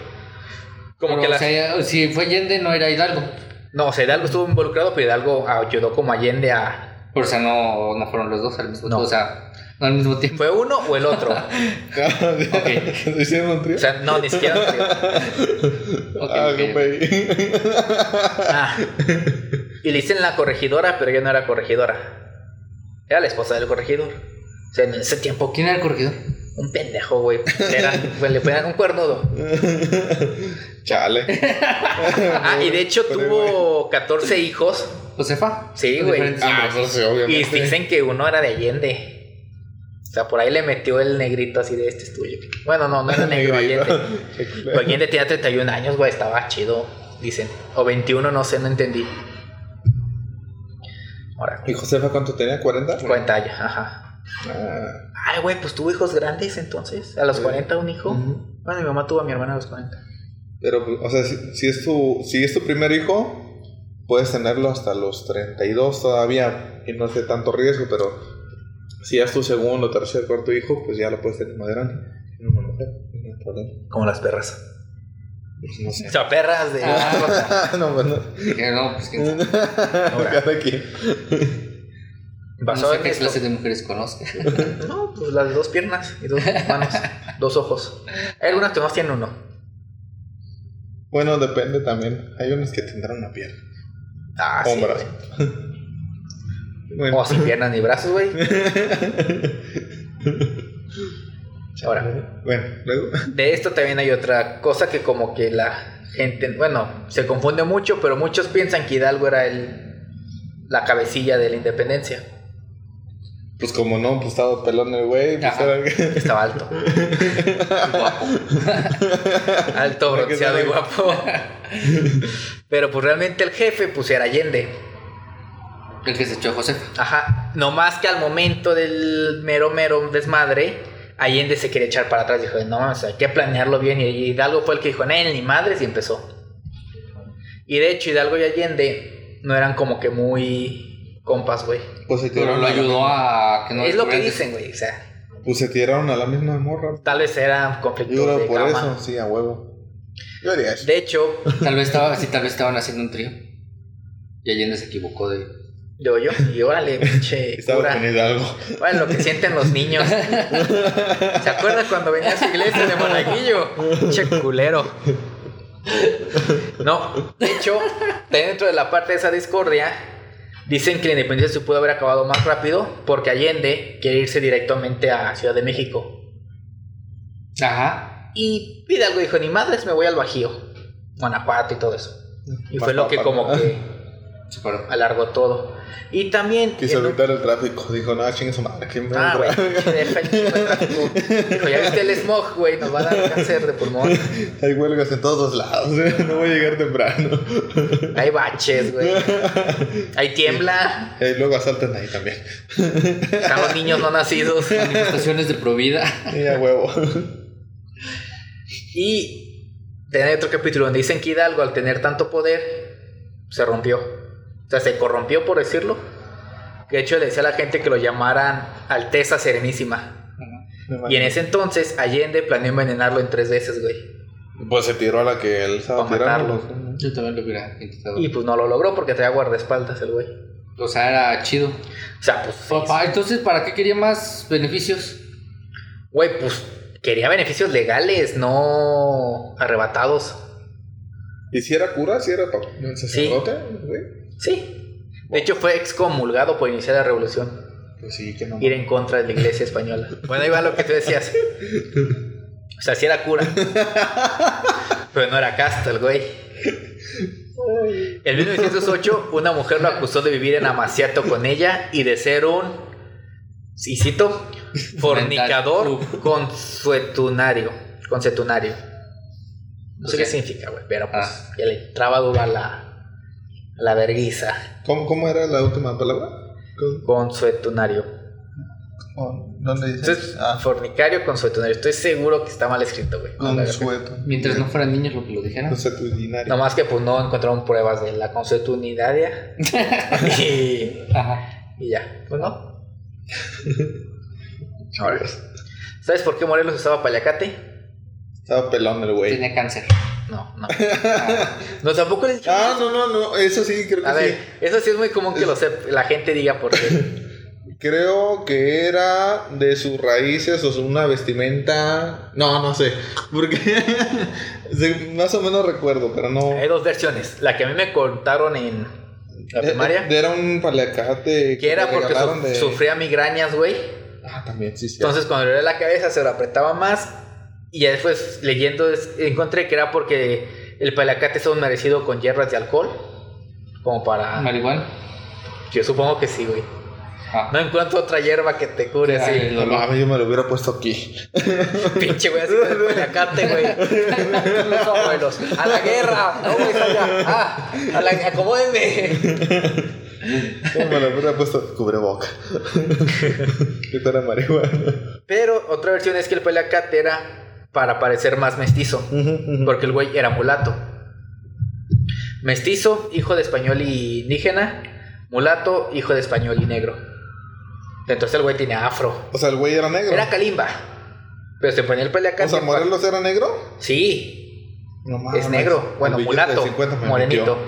Speaker 1: Como
Speaker 2: Pero,
Speaker 1: que
Speaker 2: o
Speaker 1: la...
Speaker 2: sea, si fue Allende no era Hidalgo.
Speaker 1: No, o sea, Hidalgo estuvo involucrado, pero Hidalgo ayudó como Allende a...
Speaker 2: O sea, no, no fueron los dos al mismo
Speaker 1: No.
Speaker 2: tiempo. O sea, no al mismo tiempo.
Speaker 1: ¿Fue uno o el otro?
Speaker 3: ¿Se hicieron un trío?
Speaker 1: O sea, no, ni siquiera... un trío.
Speaker 2: Ok,
Speaker 3: ah,
Speaker 2: ok.
Speaker 3: güey.
Speaker 1: Ah, y le dicen la corregidora, pero ella no era corregidora. Era la esposa del corregidor. O sea, en ese tiempo,
Speaker 2: ¿Quién era el corregidor?
Speaker 1: un pendejo, güey. Era, fue- le ponían un cuernudo.
Speaker 3: Chale.
Speaker 1: Ah, y de hecho
Speaker 3: Pero,
Speaker 1: tuvo 14 hijos.
Speaker 2: Josefa.
Speaker 1: Sí,
Speaker 2: Con
Speaker 1: güey.
Speaker 2: diferentes
Speaker 3: Ah,
Speaker 2: hombres.
Speaker 3: no sé,
Speaker 1: Y
Speaker 3: obviamente.
Speaker 1: dicen que uno era de Allende. O sea, por ahí le metió el negrito así de este es tuyo. Bueno, no, no era negro Allende. Pero Allende tenía 31 años, güey, estaba chido, dicen. O 21, no sé, no entendí. Ahora,
Speaker 3: ¿Y Josefa cuánto tenía? ¿40?
Speaker 1: 40 años, ajá.
Speaker 3: Ah,
Speaker 1: Ay, güey, pues tuvo hijos grandes entonces. A los
Speaker 3: Sí.
Speaker 1: 40 un hijo.
Speaker 3: Ujú.
Speaker 1: Bueno, mi mamá tuvo a mi hermana a los 40.
Speaker 3: pero, o sea, si, si es tu, si es tu primer hijo, puedes tenerlo hasta los 32 todavía y no es de tanto riesgo, pero si es tu segundo, tercer, cuarto hijo, pues ya lo puedes tener más grande. Una mujer, no hay problema.
Speaker 1: Como las perras.
Speaker 3: Pues no sé.
Speaker 1: O sea, perras de...
Speaker 2: Ah.
Speaker 1: cosa.
Speaker 3: no, pues no.
Speaker 2: Dije, no, pues quién sabe.
Speaker 3: Cada quien.
Speaker 1: Basado
Speaker 2: no sé
Speaker 1: en
Speaker 2: qué
Speaker 1: esto.
Speaker 2: clase de mujeres conozco.
Speaker 1: No, pues las dos piernas y dos manos, dos ojos. Hay algunas que no tienen uno.
Speaker 3: Bueno, depende también. Hay unos que tendrán una pierna.
Speaker 1: Ah, sí, Oh,
Speaker 3: Hombros.
Speaker 1: güey.
Speaker 3: Bueno.
Speaker 1: O sin piernas ni brazos, güey. Ahora,
Speaker 3: Bueno, luego.
Speaker 1: de esto también hay otra cosa que como que la gente, bueno, se confunde mucho, pero muchos piensan que Hidalgo era el, la cabecilla de la independencia.
Speaker 3: Pues como no, pues estaba pelón el güey, pues
Speaker 2: Ajá.
Speaker 3: era que-
Speaker 1: Estaba alto. guapo. alto,
Speaker 3: Para que
Speaker 1: bronceado y
Speaker 3: sea-
Speaker 1: guapo. Pero pues realmente el jefe pues era Allende.
Speaker 2: El que se echó a Josefa.
Speaker 1: Ajá. No más que al momento del mero mero desmadre, Allende se quería echar para atrás. Dijo, no, o sea, hay que planearlo bien. Y Hidalgo fue el que dijo, no, ni madres, y empezó. Y de hecho, Hidalgo y Allende no eran como que muy compas, güey.
Speaker 3: Pues se
Speaker 2: Pero
Speaker 3: tiraron
Speaker 2: lo
Speaker 3: a la
Speaker 2: ayudó a que no
Speaker 1: es lo que
Speaker 2: descubrieran-
Speaker 1: dicen, güey. O sea,
Speaker 3: misma- Pues se tiraron a la misma morra.
Speaker 1: tal vez eran
Speaker 3: Yo
Speaker 1: conflictos
Speaker 3: creo
Speaker 1: de
Speaker 3: por
Speaker 1: cama.
Speaker 3: eso, sí, a huevo. Yo haría eso.
Speaker 1: De hecho,
Speaker 2: Tal vez estaba, sí, tal vez estaban haciendo un trío. Y Allende se equivocó de.
Speaker 1: Yo, yo, y órale, pinche
Speaker 3: Estaba
Speaker 1: cura.
Speaker 3: con Hidalgo.
Speaker 1: Bueno, lo que sienten los niños. ¿Se acuerda cuando venía a su iglesia de monaguillo? Pinche culero. No, de hecho, dentro de la parte de esa discordia, dicen que la independencia se pudo haber acabado más rápido porque Allende quiere irse directamente a Ciudad de México.
Speaker 2: Ajá.
Speaker 1: Y Hidalgo dijo, ni madres, me voy al Bajío, Guanajuato y todo eso. Y fue lo que como que
Speaker 2: Se paró.
Speaker 1: alargó todo. Y también...
Speaker 3: Quiso
Speaker 1: en un-
Speaker 3: evitar el tráfico. Dijo, no, chingue su madre. ¿quién me
Speaker 1: Ah,
Speaker 3: va a
Speaker 1: güey,
Speaker 3: entrar?"
Speaker 1: pinche deja el chingo de tráfico. Dijo, ya viste el smog, güey, nos va a dar cáncer de pulmón.
Speaker 3: Hay huelgas en todos lados. ¿eh? No voy a llegar temprano.
Speaker 1: Hay baches, güey. Hay tiembla.
Speaker 3: Y luego asaltan ahí también.
Speaker 1: Están los niños no nacidos.
Speaker 2: Manifestaciones de Provida.
Speaker 3: Y a huevo.
Speaker 1: Y tiene otro capítulo donde dicen que Hidalgo, al tener tanto poder, se rompió. O sea, se corrompió, por decirlo. De hecho, le decía a la gente que lo llamaran Alteza Serenísima. Y en ese entonces, Allende planeó envenenarlo en tres veces, güey.
Speaker 3: Pues se tiró a la que él estaba
Speaker 1: Para
Speaker 3: tirando.
Speaker 2: Yo también lo hubiera intentado.
Speaker 1: Y pues Ah, no lo logró porque traía guardaespaldas el güey.
Speaker 2: O sea, era chido.
Speaker 1: O sea, pues.
Speaker 2: Papá, entonces, ¿para qué quería más beneficios?
Speaker 1: Güey, pues quería beneficios legales, no arrebatados.
Speaker 3: ¿Y si era cura? ¿Si era pa- un sacerdote? güey?
Speaker 1: Sí. De hecho, fue excomulgado por iniciar la revolución.
Speaker 3: Pues sí, que no.
Speaker 1: Ir en contra de la iglesia española. Bueno, ahí va lo que tú decías. O sea, sí era cura. pero no era casta el güey. En 1908, una mujer lo acusó de vivir en amaciato con ella y de ser un, y cito, fornicador consuetunario. Consuetunario. No sé
Speaker 2: Ok.
Speaker 1: qué significa, güey, pero pues
Speaker 2: Ah.
Speaker 1: ya le traba duro a la, a la verguiza.
Speaker 3: ¿Cómo, cómo era la última palabra? Con-
Speaker 1: Consuetunario.
Speaker 3: con- ¿Dónde dices?
Speaker 1: Entonces,
Speaker 3: ah,
Speaker 1: fornicario, consuetunario. Estoy seguro que está mal escrito, güey.
Speaker 3: consueto.
Speaker 2: Mientras no fueran niños lo que lo dijeran.
Speaker 3: Consuetudinario.
Speaker 1: Nomás que pues no encontraron pruebas de la consuetudinaria. y
Speaker 2: Ajá.
Speaker 1: Y ya, pues no. Ahora, ¿Sabes por qué Morelos usaba paliacate?
Speaker 3: Estaba pelón el güey.
Speaker 2: Tenía cáncer.
Speaker 1: No, no. No, tampoco les
Speaker 3: Ah, no, no, no. Eso sí, creo que
Speaker 1: A ver,
Speaker 3: sí.
Speaker 1: eso sí es muy común que lo sep- la gente diga por qué.
Speaker 3: Creo que era de sus raíces o su- una vestimenta. No, no sé. Porque sí, más o menos recuerdo, pero no.
Speaker 1: Hay dos versiones. La que a mí me contaron en la
Speaker 3: Eh,
Speaker 1: primaria,
Speaker 3: eh, Era un palacate.
Speaker 1: que era
Speaker 3: me
Speaker 1: porque
Speaker 3: regalaron
Speaker 1: su-
Speaker 3: de-
Speaker 1: sufría migrañas, güey.
Speaker 3: Ah, también, sí, sí.
Speaker 1: Entonces cuando le dolía la cabeza se lo apretaba más. Y ya después leyendo es- encontré que era porque el paliacate es merecido con hierbas de alcohol. Como para...
Speaker 2: Ah, Marihuana.
Speaker 1: Yo supongo que sí, güey.
Speaker 2: Ah.
Speaker 1: No encuentro otra hierba que te cure
Speaker 2: Ay,
Speaker 1: así.
Speaker 3: No
Speaker 2: lo-
Speaker 3: mames, yo me lo hubiera puesto aquí.
Speaker 1: Pinche güey, así con el paliacate, güey. Los abuelos. A la guerra. No, güey, allá. Ah, a la acomódenme.
Speaker 3: Yo me lo hubiera puesto cubreboca. Esto era marihuana.
Speaker 1: Pero otra versión es que el paliacate era para parecer más mestizo. Porque el güey era mulato. Mestizo, hijo de español y indígena. Mulato, hijo de español y negro. Entonces el güey tiene afro.
Speaker 3: O sea, el güey era negro.
Speaker 1: Era calimba. Pero se ponía el paliacate.
Speaker 3: o sea,
Speaker 1: pa-
Speaker 3: Morelos era negro.
Speaker 1: Sí,
Speaker 3: No
Speaker 1: Es negro, bueno,
Speaker 3: El billete de
Speaker 1: mulato,
Speaker 3: 50 me
Speaker 1: morenito.
Speaker 3: mintió.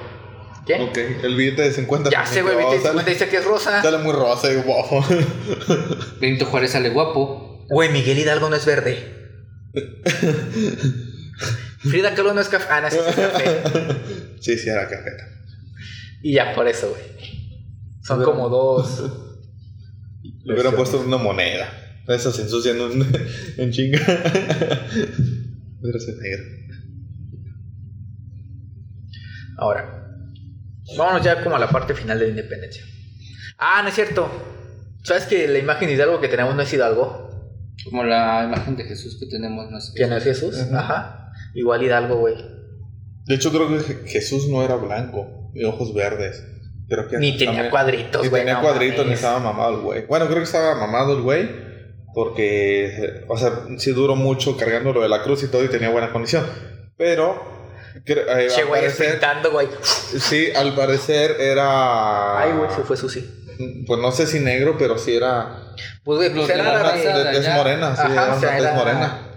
Speaker 1: ¿Qué?
Speaker 3: Ok, el billete de 50.
Speaker 1: Ya
Speaker 3: me
Speaker 1: sé, güey,
Speaker 3: mintió.
Speaker 1: viste,
Speaker 3: Sale-
Speaker 1: cuenta, dice que es rosa.
Speaker 3: Sale muy rosa y guapo.
Speaker 2: Benito Juárez sale guapo.
Speaker 1: Güey, Miguel Hidalgo no es verde. Frida Kahlo no es café. Ah, no, sí, sí, es café.
Speaker 3: sí, sí, era carpeta.
Speaker 1: Y ya por eso, güey. Son como dos.
Speaker 3: Le hubieran puesto una moneda. Esas se ensucian un, en chinga. Pero ese negro.
Speaker 1: Ahora, vámonos ya como a la parte final de la independencia. Ah, no es cierto. ¿Sabes que la imagen de Hidalgo que tenemos no es Hidalgo?
Speaker 2: Como la imagen de Jesús que tenemos. No sé qué.
Speaker 1: Que no es Jesús.
Speaker 3: Ajá.
Speaker 1: Ajá. Igual Hidalgo, güey.
Speaker 3: De hecho, creo que Je- Jesús no era blanco. Y ojos verdes. Creo que
Speaker 1: Ni tenía
Speaker 3: también-
Speaker 1: cuadritos,
Speaker 3: Ni
Speaker 1: güey.
Speaker 3: tenía
Speaker 1: no
Speaker 3: cuadritos, ni
Speaker 1: mames.
Speaker 3: estaba mamado el güey. Bueno, creo que estaba mamado el güey. Porque, o sea, sí duró mucho cargando lo de la cruz y todo y tenía buena condición. Pero, cre- eh,
Speaker 1: Che,
Speaker 3: al
Speaker 1: güey,
Speaker 3: parecer,
Speaker 1: pintando, güey.
Speaker 3: sí, al parecer era.
Speaker 1: Ay, güey, se fue Susi.
Speaker 3: Pues no sé si negro, pero sí era.
Speaker 1: Pues, güey, pues
Speaker 2: Los
Speaker 1: era
Speaker 2: de
Speaker 1: la
Speaker 3: Era
Speaker 2: Ajá,
Speaker 3: de
Speaker 1: raza-
Speaker 2: ya.
Speaker 3: tez morena, sí,
Speaker 1: Ajá,
Speaker 3: era
Speaker 1: o sea,
Speaker 3: una tez
Speaker 1: era-
Speaker 3: morena.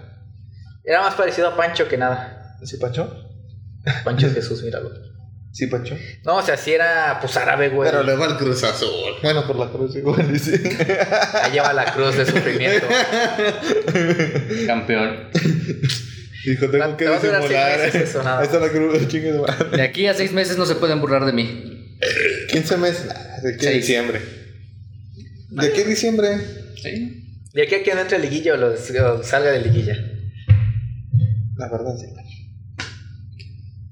Speaker 1: Era más parecido a Pancho que nada.
Speaker 3: ¿Sí, Pancho?
Speaker 1: Pancho es Jesús, míralo.
Speaker 3: Sí, Pancho.
Speaker 1: No, o sea, sí era pues árabe, güey.
Speaker 3: Pero luego el Cruz Azul. Bueno, por la cruz igual, y sí.
Speaker 1: Ahí lleva la cruz de sufrimiento.
Speaker 2: Campeón.
Speaker 3: Hijo, tengo que
Speaker 1: Te va a durar seis
Speaker 3: disimular.
Speaker 1: meses eso, nada
Speaker 3: Ahí está la cruz, chingue su madre.
Speaker 2: De aquí a seis meses no se pueden burlar de mí.
Speaker 3: 15 meses. nah, ¿De qué
Speaker 2: Seis.
Speaker 3: diciembre? ¿De qué diciembre?
Speaker 2: Sí.
Speaker 1: De aquí a que no entre liguilla o, los- o salga de liguilla.
Speaker 3: La verdad, sí.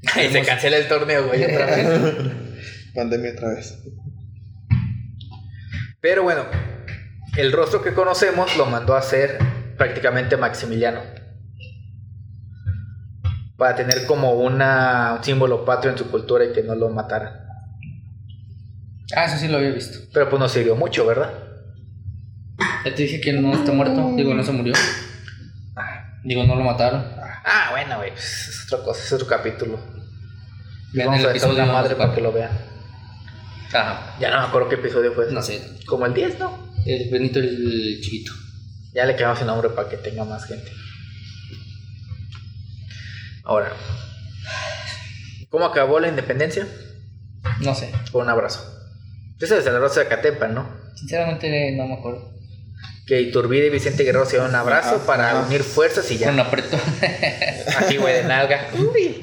Speaker 1: Y se cancela el torneo, güey, otra vez.
Speaker 3: Pandemia otra vez.
Speaker 1: Pero bueno, el rostro que conocemos lo mandó a hacer prácticamente Maximiliano. Para tener como una, un símbolo patrio en su cultura y que no lo mataran.
Speaker 2: Ah, eso sí lo había visto.
Speaker 1: Pero pues no sirvió mucho, ¿verdad?
Speaker 2: Ya te dije que no está muerto. Digo, no se murió. Digo, no lo mataron.
Speaker 1: Ah, bueno, güey, pues, es otra cosa, es otro capítulo.
Speaker 2: Vean
Speaker 1: Vamos
Speaker 2: el
Speaker 1: a dejar
Speaker 2: episodio
Speaker 1: una madre
Speaker 2: número
Speaker 1: para que
Speaker 2: cuatro.
Speaker 1: lo vean.
Speaker 2: Ajá.
Speaker 1: Ya no me acuerdo qué episodio fue.
Speaker 2: No sé.
Speaker 1: Como el 10, ¿no?
Speaker 2: El Benito el chiquito.
Speaker 1: Ya le quedamos el nombre para que tenga más gente. Ahora, ¿cómo acabó la independencia?
Speaker 2: No sé.
Speaker 1: Con un abrazo. Tú sabes el abrazo de Acatepan, ¿no?
Speaker 2: Sinceramente no me acuerdo.
Speaker 1: Que Iturbide y Vicente Guerrero se dieron un abrazo
Speaker 3: Ajá,
Speaker 1: para
Speaker 3: ajá.
Speaker 1: unir fuerzas y
Speaker 2: Con
Speaker 1: ya.
Speaker 2: la apretó.
Speaker 1: Así, güey, de nalga. Uy.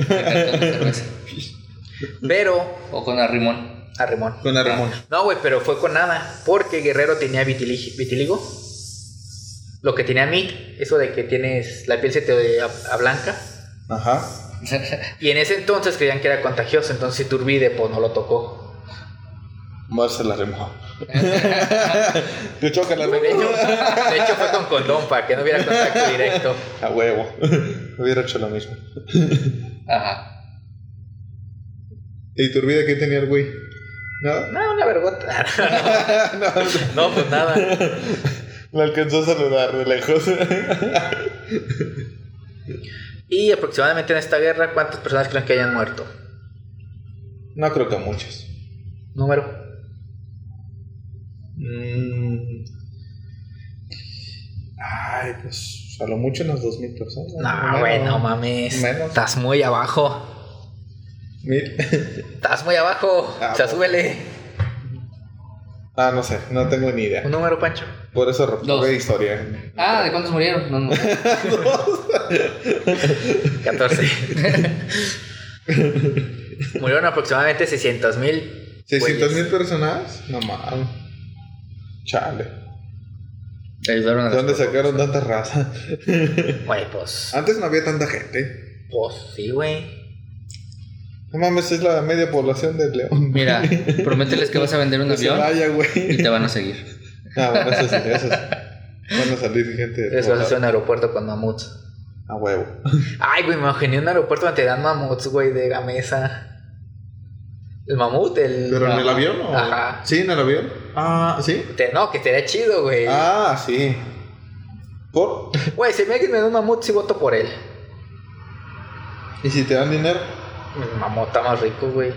Speaker 1: Pero,
Speaker 2: o con arrimón.
Speaker 1: a Rimón.
Speaker 3: Con Ramón.
Speaker 1: No, güey, pero fue con nada. Porque Guerrero tenía vitili- vitiligo. lo que tenía Mick, eso de que tienes la piel se te ablanca.
Speaker 3: Ajá.
Speaker 1: Y en ese entonces creían que era contagioso, entonces Turbide pues no lo tocó.
Speaker 3: Mar se la remojó. Yo choca la
Speaker 1: De hecho,
Speaker 3: remojó.
Speaker 1: de hecho fue con condón para que no hubiera contacto directo.
Speaker 3: A huevo. Hubiera hecho lo mismo.
Speaker 2: Ajá.
Speaker 3: ¿Y tu vida qué tenía el güey? Nada.
Speaker 1: No, una vergüenza.
Speaker 3: no,
Speaker 1: No, pues nada.
Speaker 3: me alcanzó a saludar de lejos.
Speaker 1: Y aproximadamente en esta guerra, ¿cuántas personas creen que hayan muerto?
Speaker 3: no creo que muchos.
Speaker 1: Número.
Speaker 3: Mm. Ay, pues a lo mucho unas 2.000 personas.
Speaker 1: No,
Speaker 3: Menos.
Speaker 1: bueno, mames.
Speaker 3: Menos.
Speaker 1: Estás muy abajo.
Speaker 3: Mil.
Speaker 1: Estás muy abajo.
Speaker 3: Ah,
Speaker 1: o sea,
Speaker 3: bueno.
Speaker 1: súbele.
Speaker 3: Ah, no sé, no tengo ni idea.
Speaker 1: Un número, Pancho.
Speaker 3: Por eso
Speaker 2: Dos.
Speaker 3: reprobé historia.
Speaker 2: Ah, ¿de cuántos murieron? No, no.
Speaker 1: 14. Murieron aproximadamente 600 mil.
Speaker 3: ¿600 mil personas? No
Speaker 1: Mm.
Speaker 3: mames. Chale.
Speaker 2: Te ayudaron a
Speaker 3: ¿De
Speaker 2: las-
Speaker 3: dónde sacaron tanta raza?
Speaker 1: Güey, pues.
Speaker 3: Antes no había tanta gente.
Speaker 1: Pues sí, güey.
Speaker 3: No mames, es la media población de León.
Speaker 2: Mira, promételes que vas a vender un
Speaker 3: Que se
Speaker 2: avión
Speaker 3: vaya,
Speaker 2: y
Speaker 3: güey.
Speaker 2: te van a seguir.
Speaker 3: Ah, bueno, eso sí, eso sí. Van a salir gente de
Speaker 1: Eso
Speaker 3: todo
Speaker 1: vas a hacer
Speaker 3: lado.
Speaker 1: un aeropuerto con mamuts.
Speaker 3: A huevo.
Speaker 1: Ay, güey, me imaginé un aeropuerto donde te dan mamuts, güey, de gamesa. El mamut, el.
Speaker 3: ¿Pero en el avión o...?
Speaker 1: Ajá.
Speaker 3: Sí, en el avión. Ah, ¿sí?
Speaker 1: Te- no, que estaría chido, güey.
Speaker 3: Ah, sí. ¿Por?
Speaker 1: Güey, si me me da un mamut, sí voto por él.
Speaker 3: ¿Y si te dan dinero?
Speaker 1: El mamut está más rico, güey.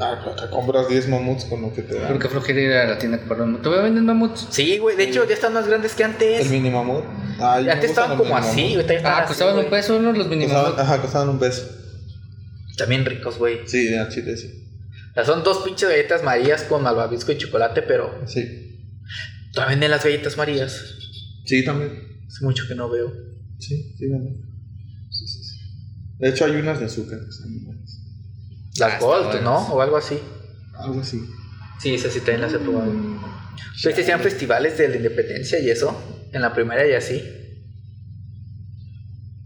Speaker 3: Ah, claro, te compras 10 mamuts con lo que te dan.
Speaker 2: Porque flojera ir a la tienda a comprar un mamut. Te voy a vender mamuts.
Speaker 1: Sí, güey, de hecho ya están más grandes que
Speaker 3: ¿El
Speaker 1: antes.
Speaker 3: mini mamut? Ah, yo me
Speaker 1: Antes
Speaker 3: gustan
Speaker 1: estaban
Speaker 3: los
Speaker 1: como
Speaker 3: mini
Speaker 1: así,
Speaker 3: mamut.
Speaker 1: ahorita ya están
Speaker 2: Ah,
Speaker 1: así,
Speaker 2: costaban un
Speaker 1: güey.
Speaker 2: peso, ¿no? Los mínimos.
Speaker 3: Costaban- ajá, costaban un beso.
Speaker 1: También ricos, güey.
Speaker 3: Sí, de chile, sí.
Speaker 1: O sea, son dos pinches galletas marías con malvavisco y chocolate, pero
Speaker 3: Sí.
Speaker 1: todavía venden las galletas marías.
Speaker 3: Sí, también.
Speaker 1: Hace mucho que no veo.
Speaker 3: Sí, sí, también. Sí, sí, sí. De hecho, hay unas de azúcar que están muy buenas.
Speaker 1: Las
Speaker 2: Ah,
Speaker 1: Gold,
Speaker 2: están
Speaker 1: ¿no?
Speaker 2: buenas.
Speaker 1: O algo así.
Speaker 3: Algo así.
Speaker 1: Sí, esas sí también las he probado.
Speaker 3: Mm.
Speaker 1: Pues hacían festivales de la independencia y eso, en la primera y así.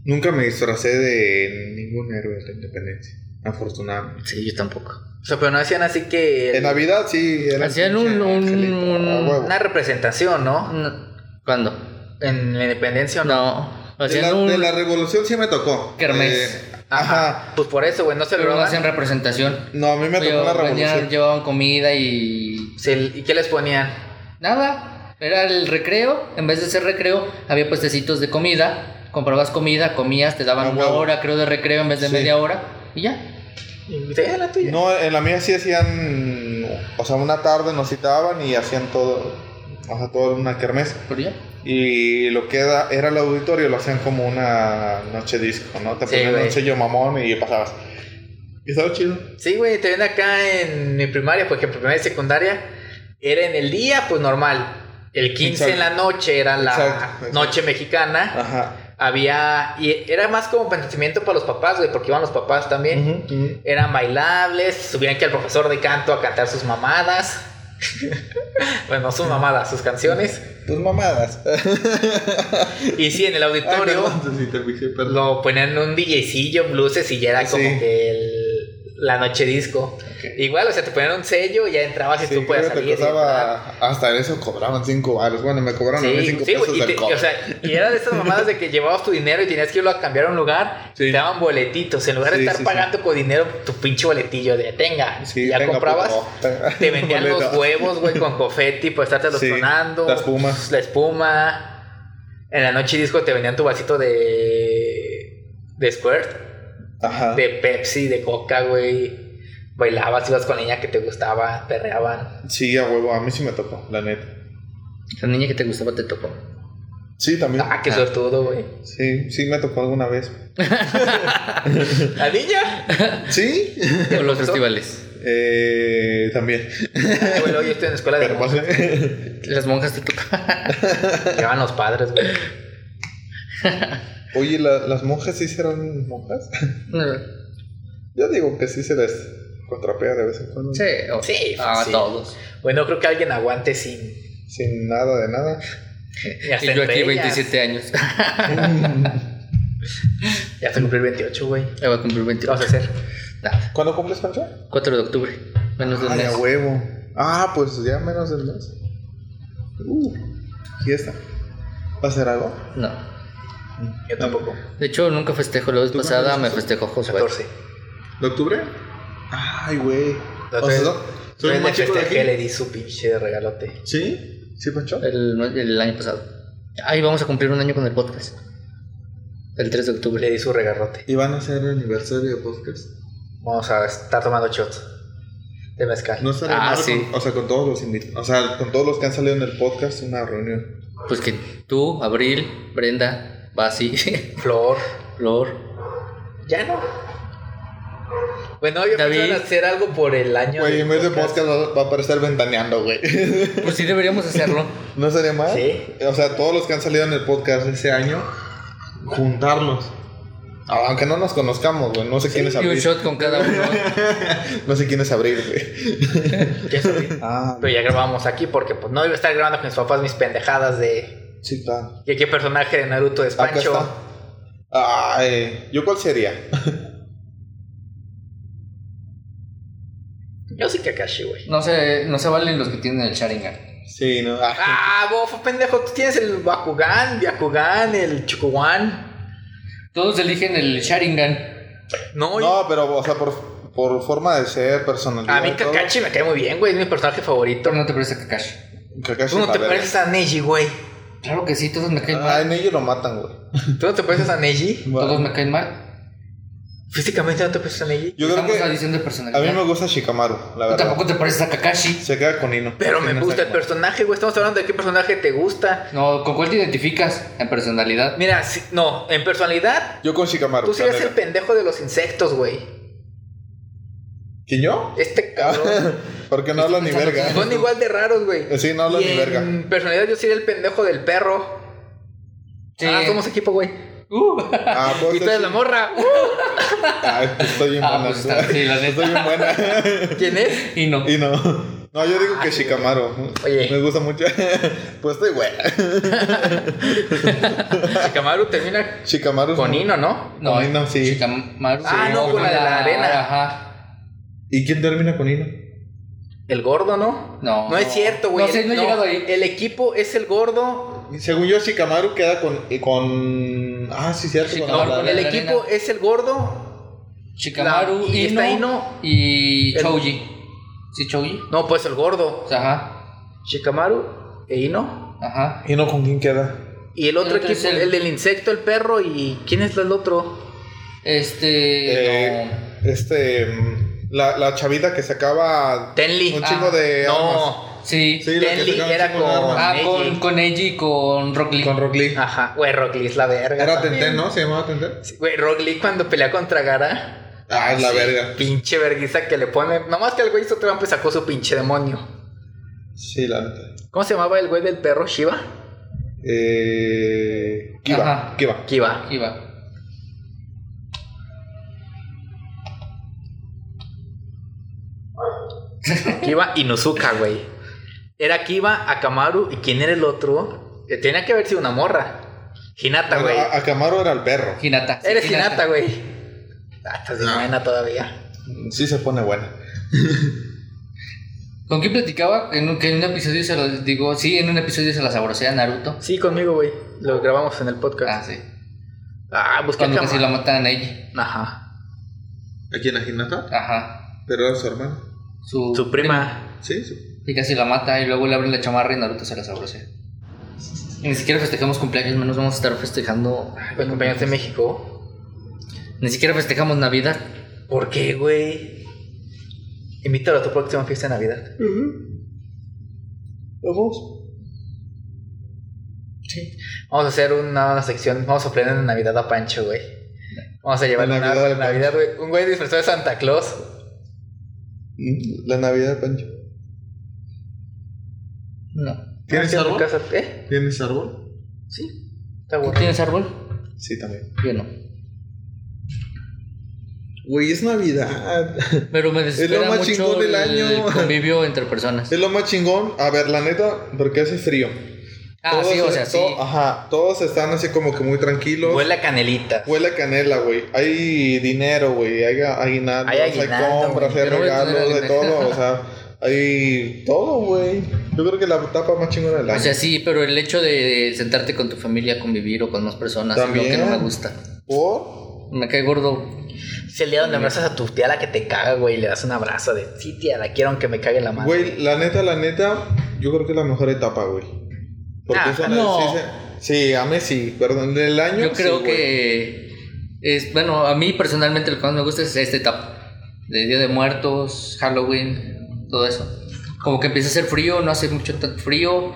Speaker 3: Nunca me disfracé de ningún héroe de la independencia. Afortunadamente.
Speaker 1: Sí, yo tampoco. O sea, pero no hacían así que
Speaker 3: En Navidad sí. Era el
Speaker 2: Hacían un-
Speaker 3: pinche
Speaker 2: un-
Speaker 3: angelito,
Speaker 2: un-
Speaker 3: a huevo.
Speaker 1: una representación,
Speaker 3: ah,
Speaker 1: ¿no?
Speaker 2: No. ¿Cuándo?
Speaker 1: En la independencia o no.
Speaker 2: No.
Speaker 3: De
Speaker 2: Hacían
Speaker 3: la,
Speaker 2: un.
Speaker 3: de la revolución sí me tocó. eh,
Speaker 2: Kermés.
Speaker 3: ajá.
Speaker 1: Pues por eso, güey, no se
Speaker 2: Pero
Speaker 1: lo
Speaker 2: no hacían representación.
Speaker 3: No, a mí me tocó
Speaker 2: Pero
Speaker 3: la
Speaker 2: venían-
Speaker 3: revolución.
Speaker 2: llevaban comida y.
Speaker 1: ¿Y qué les ponían?
Speaker 2: Nada. Era el recreo. En vez de ser recreo, había puestecitos de comida. Comprabas comida, comías, te daban
Speaker 3: Ah,
Speaker 2: una
Speaker 3: huevo.
Speaker 2: hora, creo, de recreo en vez de
Speaker 3: Sí.
Speaker 2: media hora. Y ya.
Speaker 1: Y te la tuya.
Speaker 3: No, en la mía sí hacían. O sea, una tarde nos citaban y hacían todo. O sea, todo una kermés.
Speaker 2: Pero ya.
Speaker 3: Y lo que era, era el auditorio lo hacían como una noche disco, ¿no? Te
Speaker 1: Sí,
Speaker 3: ponían
Speaker 1: güey.
Speaker 3: un sello mamón y pasabas. Y estaba chido.
Speaker 1: Sí, güey, te ven acá en mi primaria, por ejemplo, primaria y secundaria, era en el día, pues normal. El 15 en la noche era la
Speaker 3: Exacto, exacto. Ah.
Speaker 1: noche mexicana.
Speaker 3: Ajá.
Speaker 1: Había. Y era más como entretenimiento para los papás, güey, porque iban los papás también.
Speaker 3: Ujú, ujú.
Speaker 1: Eran bailables, subían aquí al profesor de canto a cantar sus mamadas. bueno, no sus mamadas, sus canciones.
Speaker 3: Tus Pues mamadas.
Speaker 1: Y sí, en el
Speaker 3: Ay,
Speaker 1: auditorio
Speaker 3: perdón, sí, te fijé, Ah, perdón.
Speaker 1: lo ponían en un DJcillo, luces y ya era como
Speaker 3: Sí.
Speaker 1: que el- la noche disco.
Speaker 3: Ok.
Speaker 1: Igual, o sea, te ponían un sello y ya entrabas y
Speaker 3: Sí,
Speaker 1: tú puedes
Speaker 3: creo que
Speaker 1: salir. y
Speaker 3: te
Speaker 1: entrar.
Speaker 3: costaba, hasta en eso cobraban 5 baros. Bueno, me cobraron a mí
Speaker 1: Sí,
Speaker 3: 5
Speaker 1: sí,
Speaker 3: pesos
Speaker 1: güey, y,
Speaker 3: del
Speaker 1: te-
Speaker 3: cobre.
Speaker 1: o sea, y era de esas mamadas de que llevabas tu dinero y tenías que irlo a cambiar a un lugar,
Speaker 3: Sí.
Speaker 1: te daban boletitos, en lugar de
Speaker 3: Sí,
Speaker 1: estar
Speaker 3: sí, sí.
Speaker 1: pagando con dinero tu pinche boletillo de tenga,
Speaker 3: Sí,
Speaker 1: ya
Speaker 3: venga,
Speaker 1: comprabas,
Speaker 3: puto.
Speaker 1: te vendían los
Speaker 3: Boleto.
Speaker 1: huevos, güey, con confeti, pues estarte los
Speaker 3: Sí,
Speaker 1: tronando,
Speaker 3: la espuma.
Speaker 1: la espuma, en la noche disco te vendían tu vasito de, de squirt,
Speaker 3: Ajá.
Speaker 1: de Pepsi, de Coca, güey. Bailabas, ibas con la niña que te gustaba, perreaban.
Speaker 3: Sí, a huevo, a mí sí me tocó, la neta.
Speaker 2: La niña que te gustaba te tocó.
Speaker 3: Sí, también.
Speaker 1: Ah, qué
Speaker 2: Ah.
Speaker 1: suertudo, güey.
Speaker 3: Sí, sí me tocó alguna vez.
Speaker 1: ¿La niña?
Speaker 3: ¿Sí?
Speaker 2: O los
Speaker 1: pasó?
Speaker 2: festivales.
Speaker 3: Eh, también.
Speaker 1: Ah, Güey, luego yo estoy en la escuela de
Speaker 3: Pero
Speaker 1: monjas.
Speaker 3: pasé.
Speaker 2: Las monjas te tocaban.
Speaker 1: Llevan los padres, güey.
Speaker 3: Oye, ¿la- ¿las monjas sí serán monjas? Yo digo que sí se les contrapea de vez en cuando.
Speaker 2: Sí, o-
Speaker 1: Sí,
Speaker 2: a
Speaker 1: sí.
Speaker 2: todos.
Speaker 1: Bueno, creo que alguien aguante sin.
Speaker 3: Sin nada de nada.
Speaker 1: Y, hasta
Speaker 2: Y yo
Speaker 1: entre
Speaker 2: aquí
Speaker 1: ellas.
Speaker 2: 27 años.
Speaker 1: Ya hasta cumplir 28, güey.
Speaker 2: Ya voy a cumplir
Speaker 1: ¿Qué
Speaker 2: 28.
Speaker 1: vas a hacer?
Speaker 2: Nada.
Speaker 3: ¿Cuándo cumples, Pancho?
Speaker 2: 4 de octubre. Menos de un
Speaker 3: Ay,
Speaker 2: mes.
Speaker 3: a huevo. Ah, pues ya menos del mes. Uh, fiesta. ¿Va a hacer algo?
Speaker 2: No.
Speaker 1: Yo tampoco.
Speaker 2: De hecho, nunca festejo. La vez
Speaker 3: ¿Tú
Speaker 2: pasada
Speaker 3: cuándo
Speaker 2: me
Speaker 3: haces?
Speaker 2: festejó Josué.
Speaker 1: 14.
Speaker 3: ¿De octubre? Ay, güey.
Speaker 1: No,
Speaker 3: O sea,
Speaker 1: tú-
Speaker 3: ¿no? ¿Soy el
Speaker 1: Yo le
Speaker 3: más chico de
Speaker 1: festejé,
Speaker 3: aquí?
Speaker 1: le di su pinche de regalote.
Speaker 3: ¿Sí? ¿Sí, Pancho?
Speaker 2: El, el año pasado. Ahí vamos a cumplir un año con el podcast. El 3 de
Speaker 1: Le
Speaker 2: octubre.
Speaker 1: di su regalote.
Speaker 3: Y van a hacer el aniversario de podcast.
Speaker 1: Vamos a estar tomando shots de mezcal.
Speaker 3: No estaría
Speaker 2: Ah,
Speaker 3: mal
Speaker 2: sí.
Speaker 3: con- o sea, con todos los invitados. O sea, con todos los que han salido en el podcast, una reunión.
Speaker 2: Pues que tú, Abril, Brenda, Basi,
Speaker 1: Flor.
Speaker 2: Flor.
Speaker 1: Ya no. Bueno, yo
Speaker 2: David.
Speaker 1: pensaba en hacer algo por el año.
Speaker 3: Güey,
Speaker 1: del
Speaker 3: en vez de podcast va, va a aparecer ventaneando, güey.
Speaker 2: Pues sí deberíamos hacerlo.
Speaker 3: ¿No sería mal?
Speaker 1: Sí.
Speaker 3: O sea, todos los que han salido en el podcast ese año, juntarlos. Ah, Aunque no nos conozcamos, güey. No sé quién es
Speaker 2: Y un
Speaker 3: Abril.
Speaker 2: shot con cada uno.
Speaker 3: No sé quién es Abril, güey.
Speaker 1: Ya sabía.
Speaker 3: Ah,
Speaker 1: Pero ya grabamos aquí porque pues no iba a estar grabando con mis papás mis pendejadas de.
Speaker 3: sí, está.
Speaker 1: ¿Y qué personaje de Naruto es
Speaker 3: Acá
Speaker 1: Pancho?
Speaker 3: está. Ay, ¿yo cuál sería?
Speaker 1: Yo sí Kakashi, güey.
Speaker 2: No se, no se valen los que tienen el Sharingan.
Speaker 3: Sí, ¿no? Ah,
Speaker 1: Ah, bofo, pendejo, tú tienes el Bakugan, Byakugan, el Chokugan.
Speaker 2: Todos eligen el Sharingan.
Speaker 1: No, yo-
Speaker 3: no, pero, o sea, por, por forma de ser, personalidad.
Speaker 1: a mí
Speaker 3: y todo.
Speaker 1: Kakashi me cae muy bien, güey, es mi personaje favorito.
Speaker 2: Pero no te parece Kakashi.
Speaker 3: Kakashi
Speaker 1: Tú no
Speaker 3: la
Speaker 1: te
Speaker 3: verga.
Speaker 1: pareces a Neji, güey.
Speaker 2: Claro que sí, todos me caen
Speaker 3: Ah,
Speaker 2: mal.
Speaker 3: en ello lo matan, güey.
Speaker 1: Tú no te pareces a Neji.
Speaker 2: Todos me caen mal.
Speaker 1: Físicamente no te pareces a Neji.
Speaker 3: Yo creo
Speaker 2: Estamos
Speaker 3: que
Speaker 2: adición de
Speaker 3: a mí
Speaker 2: personalidad.
Speaker 3: me gusta Shikamaru, la
Speaker 2: Tú
Speaker 3: verdad.
Speaker 2: tampoco te pareces a Kakashi.
Speaker 3: Se queda con Ino.
Speaker 1: Pero
Speaker 3: Sí,
Speaker 1: me
Speaker 3: no
Speaker 1: gusta el
Speaker 3: sabe cómo.
Speaker 1: personaje, güey. Estamos hablando de qué personaje te gusta.
Speaker 2: No, ¿con cuál te identificas en personalidad?
Speaker 1: Mira, si- no, en personalidad,
Speaker 3: Yo con Shikamaru.
Speaker 1: tú serías
Speaker 3: la
Speaker 1: el
Speaker 3: neta.
Speaker 1: pendejo de los insectos, güey.
Speaker 3: ¿Quién yo?
Speaker 1: Este cabrón.
Speaker 3: Porque no hablo ni
Speaker 2: pensando
Speaker 3: verga.
Speaker 1: Son igual de raros, güey.
Speaker 3: Sí, no hablo
Speaker 1: Y
Speaker 3: ni verga.
Speaker 1: En personalidad yo sería el pendejo del perro.
Speaker 2: Sí.
Speaker 1: Ah, somos equipo, güey.
Speaker 2: Uh.
Speaker 3: Ah, puedo
Speaker 1: Y tú
Speaker 3: ser
Speaker 1: eres
Speaker 3: Shi-
Speaker 1: la morra. Uh,
Speaker 3: Ah, estoy bien
Speaker 2: Ah,
Speaker 3: buena.
Speaker 2: pues está, sí, la
Speaker 3: estoy
Speaker 2: neta.
Speaker 3: bien buena.
Speaker 1: ¿Quién es?
Speaker 2: Y no.
Speaker 3: y no. No, yo digo que Shikamaru.
Speaker 1: Oye.
Speaker 3: Me gusta mucho. pues estoy buena.
Speaker 1: Shikamaru termina
Speaker 3: Shikamaru. es
Speaker 1: con
Speaker 3: muy-
Speaker 1: Ino, ¿no?
Speaker 2: No,
Speaker 3: Con Ino, sí.
Speaker 2: Shikamaru.
Speaker 1: Ah, no, con la de la arena.
Speaker 2: Ajá.
Speaker 3: ¿Y quién termina con Ino?
Speaker 1: El gordo, ¿no?
Speaker 2: No.
Speaker 1: No es cierto, güey.
Speaker 2: No sé, no he llegado ahí.
Speaker 1: El equipo es el gordo.
Speaker 3: Según yo, Shikamaru queda con. y con... Ah, sí, cierto. con
Speaker 2: Shikamaru
Speaker 3: la-
Speaker 2: con
Speaker 1: El
Speaker 2: La
Speaker 1: equipo
Speaker 2: arena.
Speaker 1: es el gordo.
Speaker 2: Shikamaru,
Speaker 1: La- y
Speaker 2: Ino,
Speaker 1: está Ino.
Speaker 2: y
Speaker 1: El-
Speaker 2: Choji. ¿Sí, Choji?
Speaker 1: No, pues el gordo.
Speaker 2: O sea, Ajá.
Speaker 1: Shikamaru e Ino.
Speaker 2: Ajá.
Speaker 3: ¿Ino con quién queda?
Speaker 1: Y el otro
Speaker 2: El otro
Speaker 1: equipo,
Speaker 2: es
Speaker 1: el...
Speaker 2: el-
Speaker 1: del insecto, el perro. ¿Y quién es el otro?
Speaker 2: Este.
Speaker 3: Eh,
Speaker 2: no.
Speaker 3: Este. mm, La, la chavita que sacaba.
Speaker 1: Tenli.
Speaker 3: Un chingo de. armas.
Speaker 1: Ah, No.
Speaker 2: Sí.
Speaker 3: Sí, la que
Speaker 1: Tenli
Speaker 3: sacaba un
Speaker 1: era
Speaker 3: chingo de
Speaker 1: con-
Speaker 3: armas.
Speaker 2: Ah,
Speaker 1: Neji.
Speaker 2: con, con Neji y con Rock Lee.
Speaker 3: Con Rock Lee.
Speaker 1: Ajá. Güey, Rock Lee es la verga.
Speaker 3: Era
Speaker 1: Ah, también.
Speaker 3: Tenten, ¿no? Se llamaba Tenten.
Speaker 1: Sí, Güey, Rock Lee cuando pelea contra Gara.
Speaker 3: Ah, es la
Speaker 2: Sí.
Speaker 3: verga.
Speaker 1: Pinche verguiza que le pone. Nomás que el güey hizo trampa y sacó su pinche demonio.
Speaker 3: Sí, la neta.
Speaker 1: ¿Cómo se llamaba el güey del perro? ¿Shiva?
Speaker 3: Eh. Kiba.
Speaker 2: Ajá.
Speaker 3: Kiba.
Speaker 1: Kiba.
Speaker 2: Aquí va.
Speaker 1: Kiba Inuzuka, güey. Era Kiba, Akamaru y quién era el otro? Eh, Tenía que haber sido una morra. Hinata, güey.
Speaker 3: Bueno, a- Akamaru era el perro.
Speaker 2: Hinata.
Speaker 1: Eres
Speaker 2: Sí, Hinata.
Speaker 1: Hinata, güey. Ah, estás de buena todavía.
Speaker 3: Sí se pone buena.
Speaker 2: ¿Con quién platicaba? En un, que en un episodio se los digo, sí, en un episodio se las sabrosea Naruto.
Speaker 1: Sí, conmigo, güey. Lo grabamos en el
Speaker 2: Ah,
Speaker 1: podcast.
Speaker 2: sí.
Speaker 1: Ah, busqué a
Speaker 2: Cuando casi lo
Speaker 1: Akamaru.
Speaker 2: matan a Neji.
Speaker 1: Ajá.
Speaker 3: ¿A quién? ¿A Hinata?
Speaker 2: Ajá.
Speaker 3: Pero era su hermano.
Speaker 2: Su,
Speaker 1: Su prima.
Speaker 3: Sí, sí.
Speaker 2: Y casi la mata y luego le abren la chamarra y Naruto se la sabrosea. Y Ni siquiera festejamos cumpleaños, menos vamos a estar festejando.
Speaker 1: Mi compañero de México.
Speaker 2: Ni siquiera festejamos Navidad.
Speaker 1: ¿Por qué, güey? Invítalo a tu próxima fiesta de Navidad.
Speaker 3: Vamos.
Speaker 1: Sí. Vamos a hacer una, una sección, vamos a poner en Navidad a Pancho, güey. Vamos a llevar
Speaker 3: La
Speaker 1: un
Speaker 3: Navidad
Speaker 1: árbol
Speaker 3: de
Speaker 1: en Navidad, güey. Un güey disfrazado de Santa Claus.
Speaker 3: La Navidad, Pancho.
Speaker 2: No.
Speaker 3: ¿Tienes
Speaker 1: Aquí en tu
Speaker 3: árbol?
Speaker 1: casa. ¿Eh?
Speaker 3: ¿Tienes árbol?
Speaker 1: Sí. Está
Speaker 2: ¿Tú
Speaker 1: bueno.
Speaker 2: tienes árbol?
Speaker 3: Sí, también.
Speaker 2: Yo no.
Speaker 3: Güey, es Navidad.
Speaker 2: Pero me desespera
Speaker 3: más
Speaker 2: mucho
Speaker 3: chingón del
Speaker 2: el
Speaker 3: año.
Speaker 2: convivio entre personas.
Speaker 3: Es lo más chingón. A ver, la neta, porque hace frío.
Speaker 2: Ah, sí, o sea,
Speaker 3: to-
Speaker 2: sí.
Speaker 3: Ajá, todos están así como que muy tranquilos.
Speaker 1: Huele a canelita.
Speaker 3: Huele a canela, güey. Hay dinero, güey. Hay a- aguinaldos,
Speaker 1: Hay
Speaker 3: hay,
Speaker 1: aguinaldo,
Speaker 3: compras,
Speaker 2: güey.
Speaker 3: hay
Speaker 2: Yo no voy a
Speaker 3: regalos,
Speaker 2: tener
Speaker 3: de
Speaker 2: aguinaldo.
Speaker 3: todo. O sea, hay todo, güey. Yo creo que la etapa más chingona del año.
Speaker 2: O sea, sí, pero el hecho de sentarte con tu familia a convivir o con más personas es lo que
Speaker 3: También.
Speaker 2: no me gusta.
Speaker 3: Por.
Speaker 2: Me cae gordo.
Speaker 1: Es el día donde abrazas a tu tía la que te caga, güey. y Le das un abrazo de, sí, tía, la quiero aunque me cague la madre.
Speaker 3: Güey, la neta, la neta, yo creo que es la mejor etapa, güey. Porque
Speaker 1: Ah,
Speaker 3: eso la-
Speaker 2: no.
Speaker 3: sí, se- sí, a mí sí, perdón, del año.
Speaker 2: Yo creo
Speaker 3: sí, güey.
Speaker 2: que es, bueno, a mí personalmente lo que más me gusta es esta etapa. De Día de Muertos, Halloween, todo eso. Como que empieza a hacer frío, no hace mucho tan frío.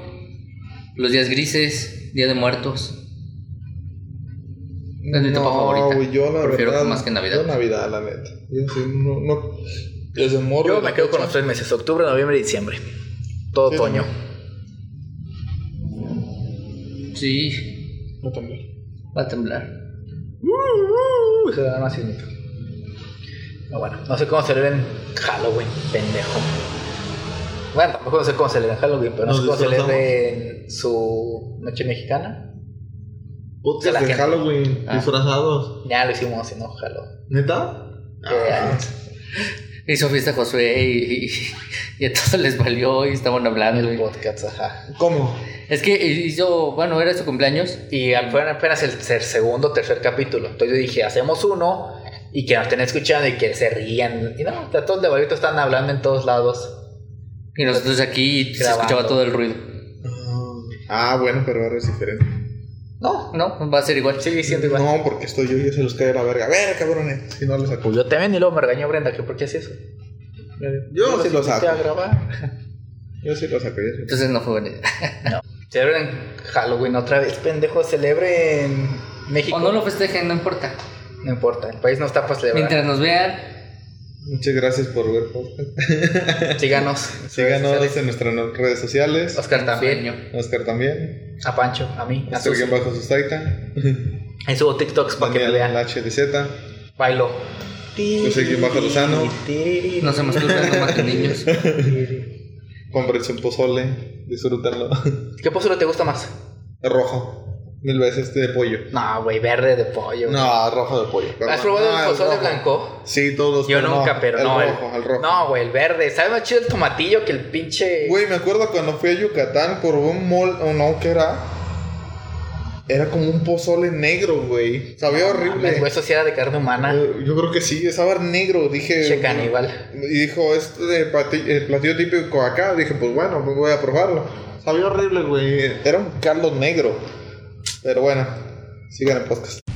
Speaker 2: Los días grises, Día de Muertos. es mi etapa favorita.
Speaker 3: güey, yo la
Speaker 2: Prefiero
Speaker 3: verdad,
Speaker 2: más que Navidad.
Speaker 3: Yo Navidad, la neta. Yo sí, no, no. Desde morro.
Speaker 1: Yo
Speaker 3: la
Speaker 1: me quedo con los
Speaker 3: fecha.
Speaker 1: tres meses, octubre, noviembre y diciembre. Todo
Speaker 3: Sí,
Speaker 1: otoño.
Speaker 2: Sí,
Speaker 3: Yo también.
Speaker 2: va a temblar.
Speaker 1: Uh, uh, se da más sismito. Pero bueno, no sé cómo celebran Halloween, pendejo. Bueno, tampoco no sé cómo celebran Halloween, pero no
Speaker 3: Nos
Speaker 1: sé cómo
Speaker 3: disfrazamos.
Speaker 1: celebran su noche mexicana.
Speaker 3: Putas
Speaker 1: la
Speaker 3: de
Speaker 1: gente.
Speaker 3: Halloween,
Speaker 2: Ah.
Speaker 3: disfrazados.
Speaker 1: Ya lo hicimos en Halloween.
Speaker 3: ¿Neta?
Speaker 1: Eh,
Speaker 2: Hizo fiesta Josué y, y, y a todos les valió y estaban hablando.
Speaker 1: El
Speaker 2: y-
Speaker 1: podcast, ajá.
Speaker 3: ¿Cómo?
Speaker 2: Es que hizo, bueno, era su cumpleaños.
Speaker 1: Y fueron apenas el ter- segundo o tercer capítulo. Entonces yo dije, hacemos uno y que nos estén escuchando y que se rían. Y no, a todos de barrito están hablando en todos lados.
Speaker 2: Y nosotros aquí se
Speaker 1: Grabando.
Speaker 2: escuchaba todo el ruido.
Speaker 3: Ah, bueno, pero ahora es diferente.
Speaker 2: No, no, va a ser igual.
Speaker 1: Sigue siendo igual.
Speaker 3: No, porque estoy yo y yo se los cae a la verga. A ver, cabrones, si no les saco.
Speaker 1: Pues yo también y luego me regañó Brenda, que por qué hacía eso.
Speaker 3: Yo sí lo
Speaker 1: los
Speaker 3: saco.
Speaker 1: a grabar.
Speaker 3: Yo sí lo saco. Yo sí.
Speaker 2: Entonces no fue buena idea.
Speaker 1: Celebren Halloween otra vez, pendejo. Celebren México.
Speaker 2: O no lo festejen, no importa.
Speaker 1: No importa, el país no está para celebrar.
Speaker 2: Mientras nos vean,
Speaker 3: Muchas gracias por ver podcast.
Speaker 1: Síganos.
Speaker 3: Síganos en nuestras no- redes sociales.
Speaker 1: Oscar también.
Speaker 2: sueño.
Speaker 3: Oscar también.
Speaker 1: A Pancho, a mí. A
Speaker 3: Oscar
Speaker 1: Susi.
Speaker 3: guión bajo Sustaita.
Speaker 1: Ahí subo TikToks para que me
Speaker 3: Daniel
Speaker 1: vean.
Speaker 3: HDZ.
Speaker 1: Bailo.
Speaker 3: sé quién baja Lozano.
Speaker 2: no se masturben no maten niños.
Speaker 3: Compren su pozole. Disfrútenlo.
Speaker 1: ¿Qué postura te gusta más?
Speaker 3: rojo. Mil veces de pollo.
Speaker 1: No, güey, verde de pollo.
Speaker 3: No, rojo de pollo.
Speaker 1: ¿Has
Speaker 3: perdón.
Speaker 1: probado
Speaker 3: No,
Speaker 1: el pozole
Speaker 3: rojo.
Speaker 1: blanco?
Speaker 3: Sí, todos.
Speaker 1: Yo nunca, pero
Speaker 3: el
Speaker 1: no. el-
Speaker 3: rojo, el rojo.
Speaker 1: No, güey, el verde. Sabe más chido el tomatillo que el pinche.
Speaker 3: Güey, me acuerdo cuando fui a Yucatán por un mall, o no, que era. Era como un pozole negro, güey. Sabía horrible.
Speaker 1: Mames, güey, eso sí era de carne humana.
Speaker 3: Eh, Yo creo que sí, estaba negro, dije.
Speaker 1: Che caníbal.
Speaker 3: Y dijo, este de plati- el platillo típico acá. Dije, pues bueno, pues voy a probarlo. Sabía horrible, güey. Era un caldo negro. Pero bueno, sigan el podcast.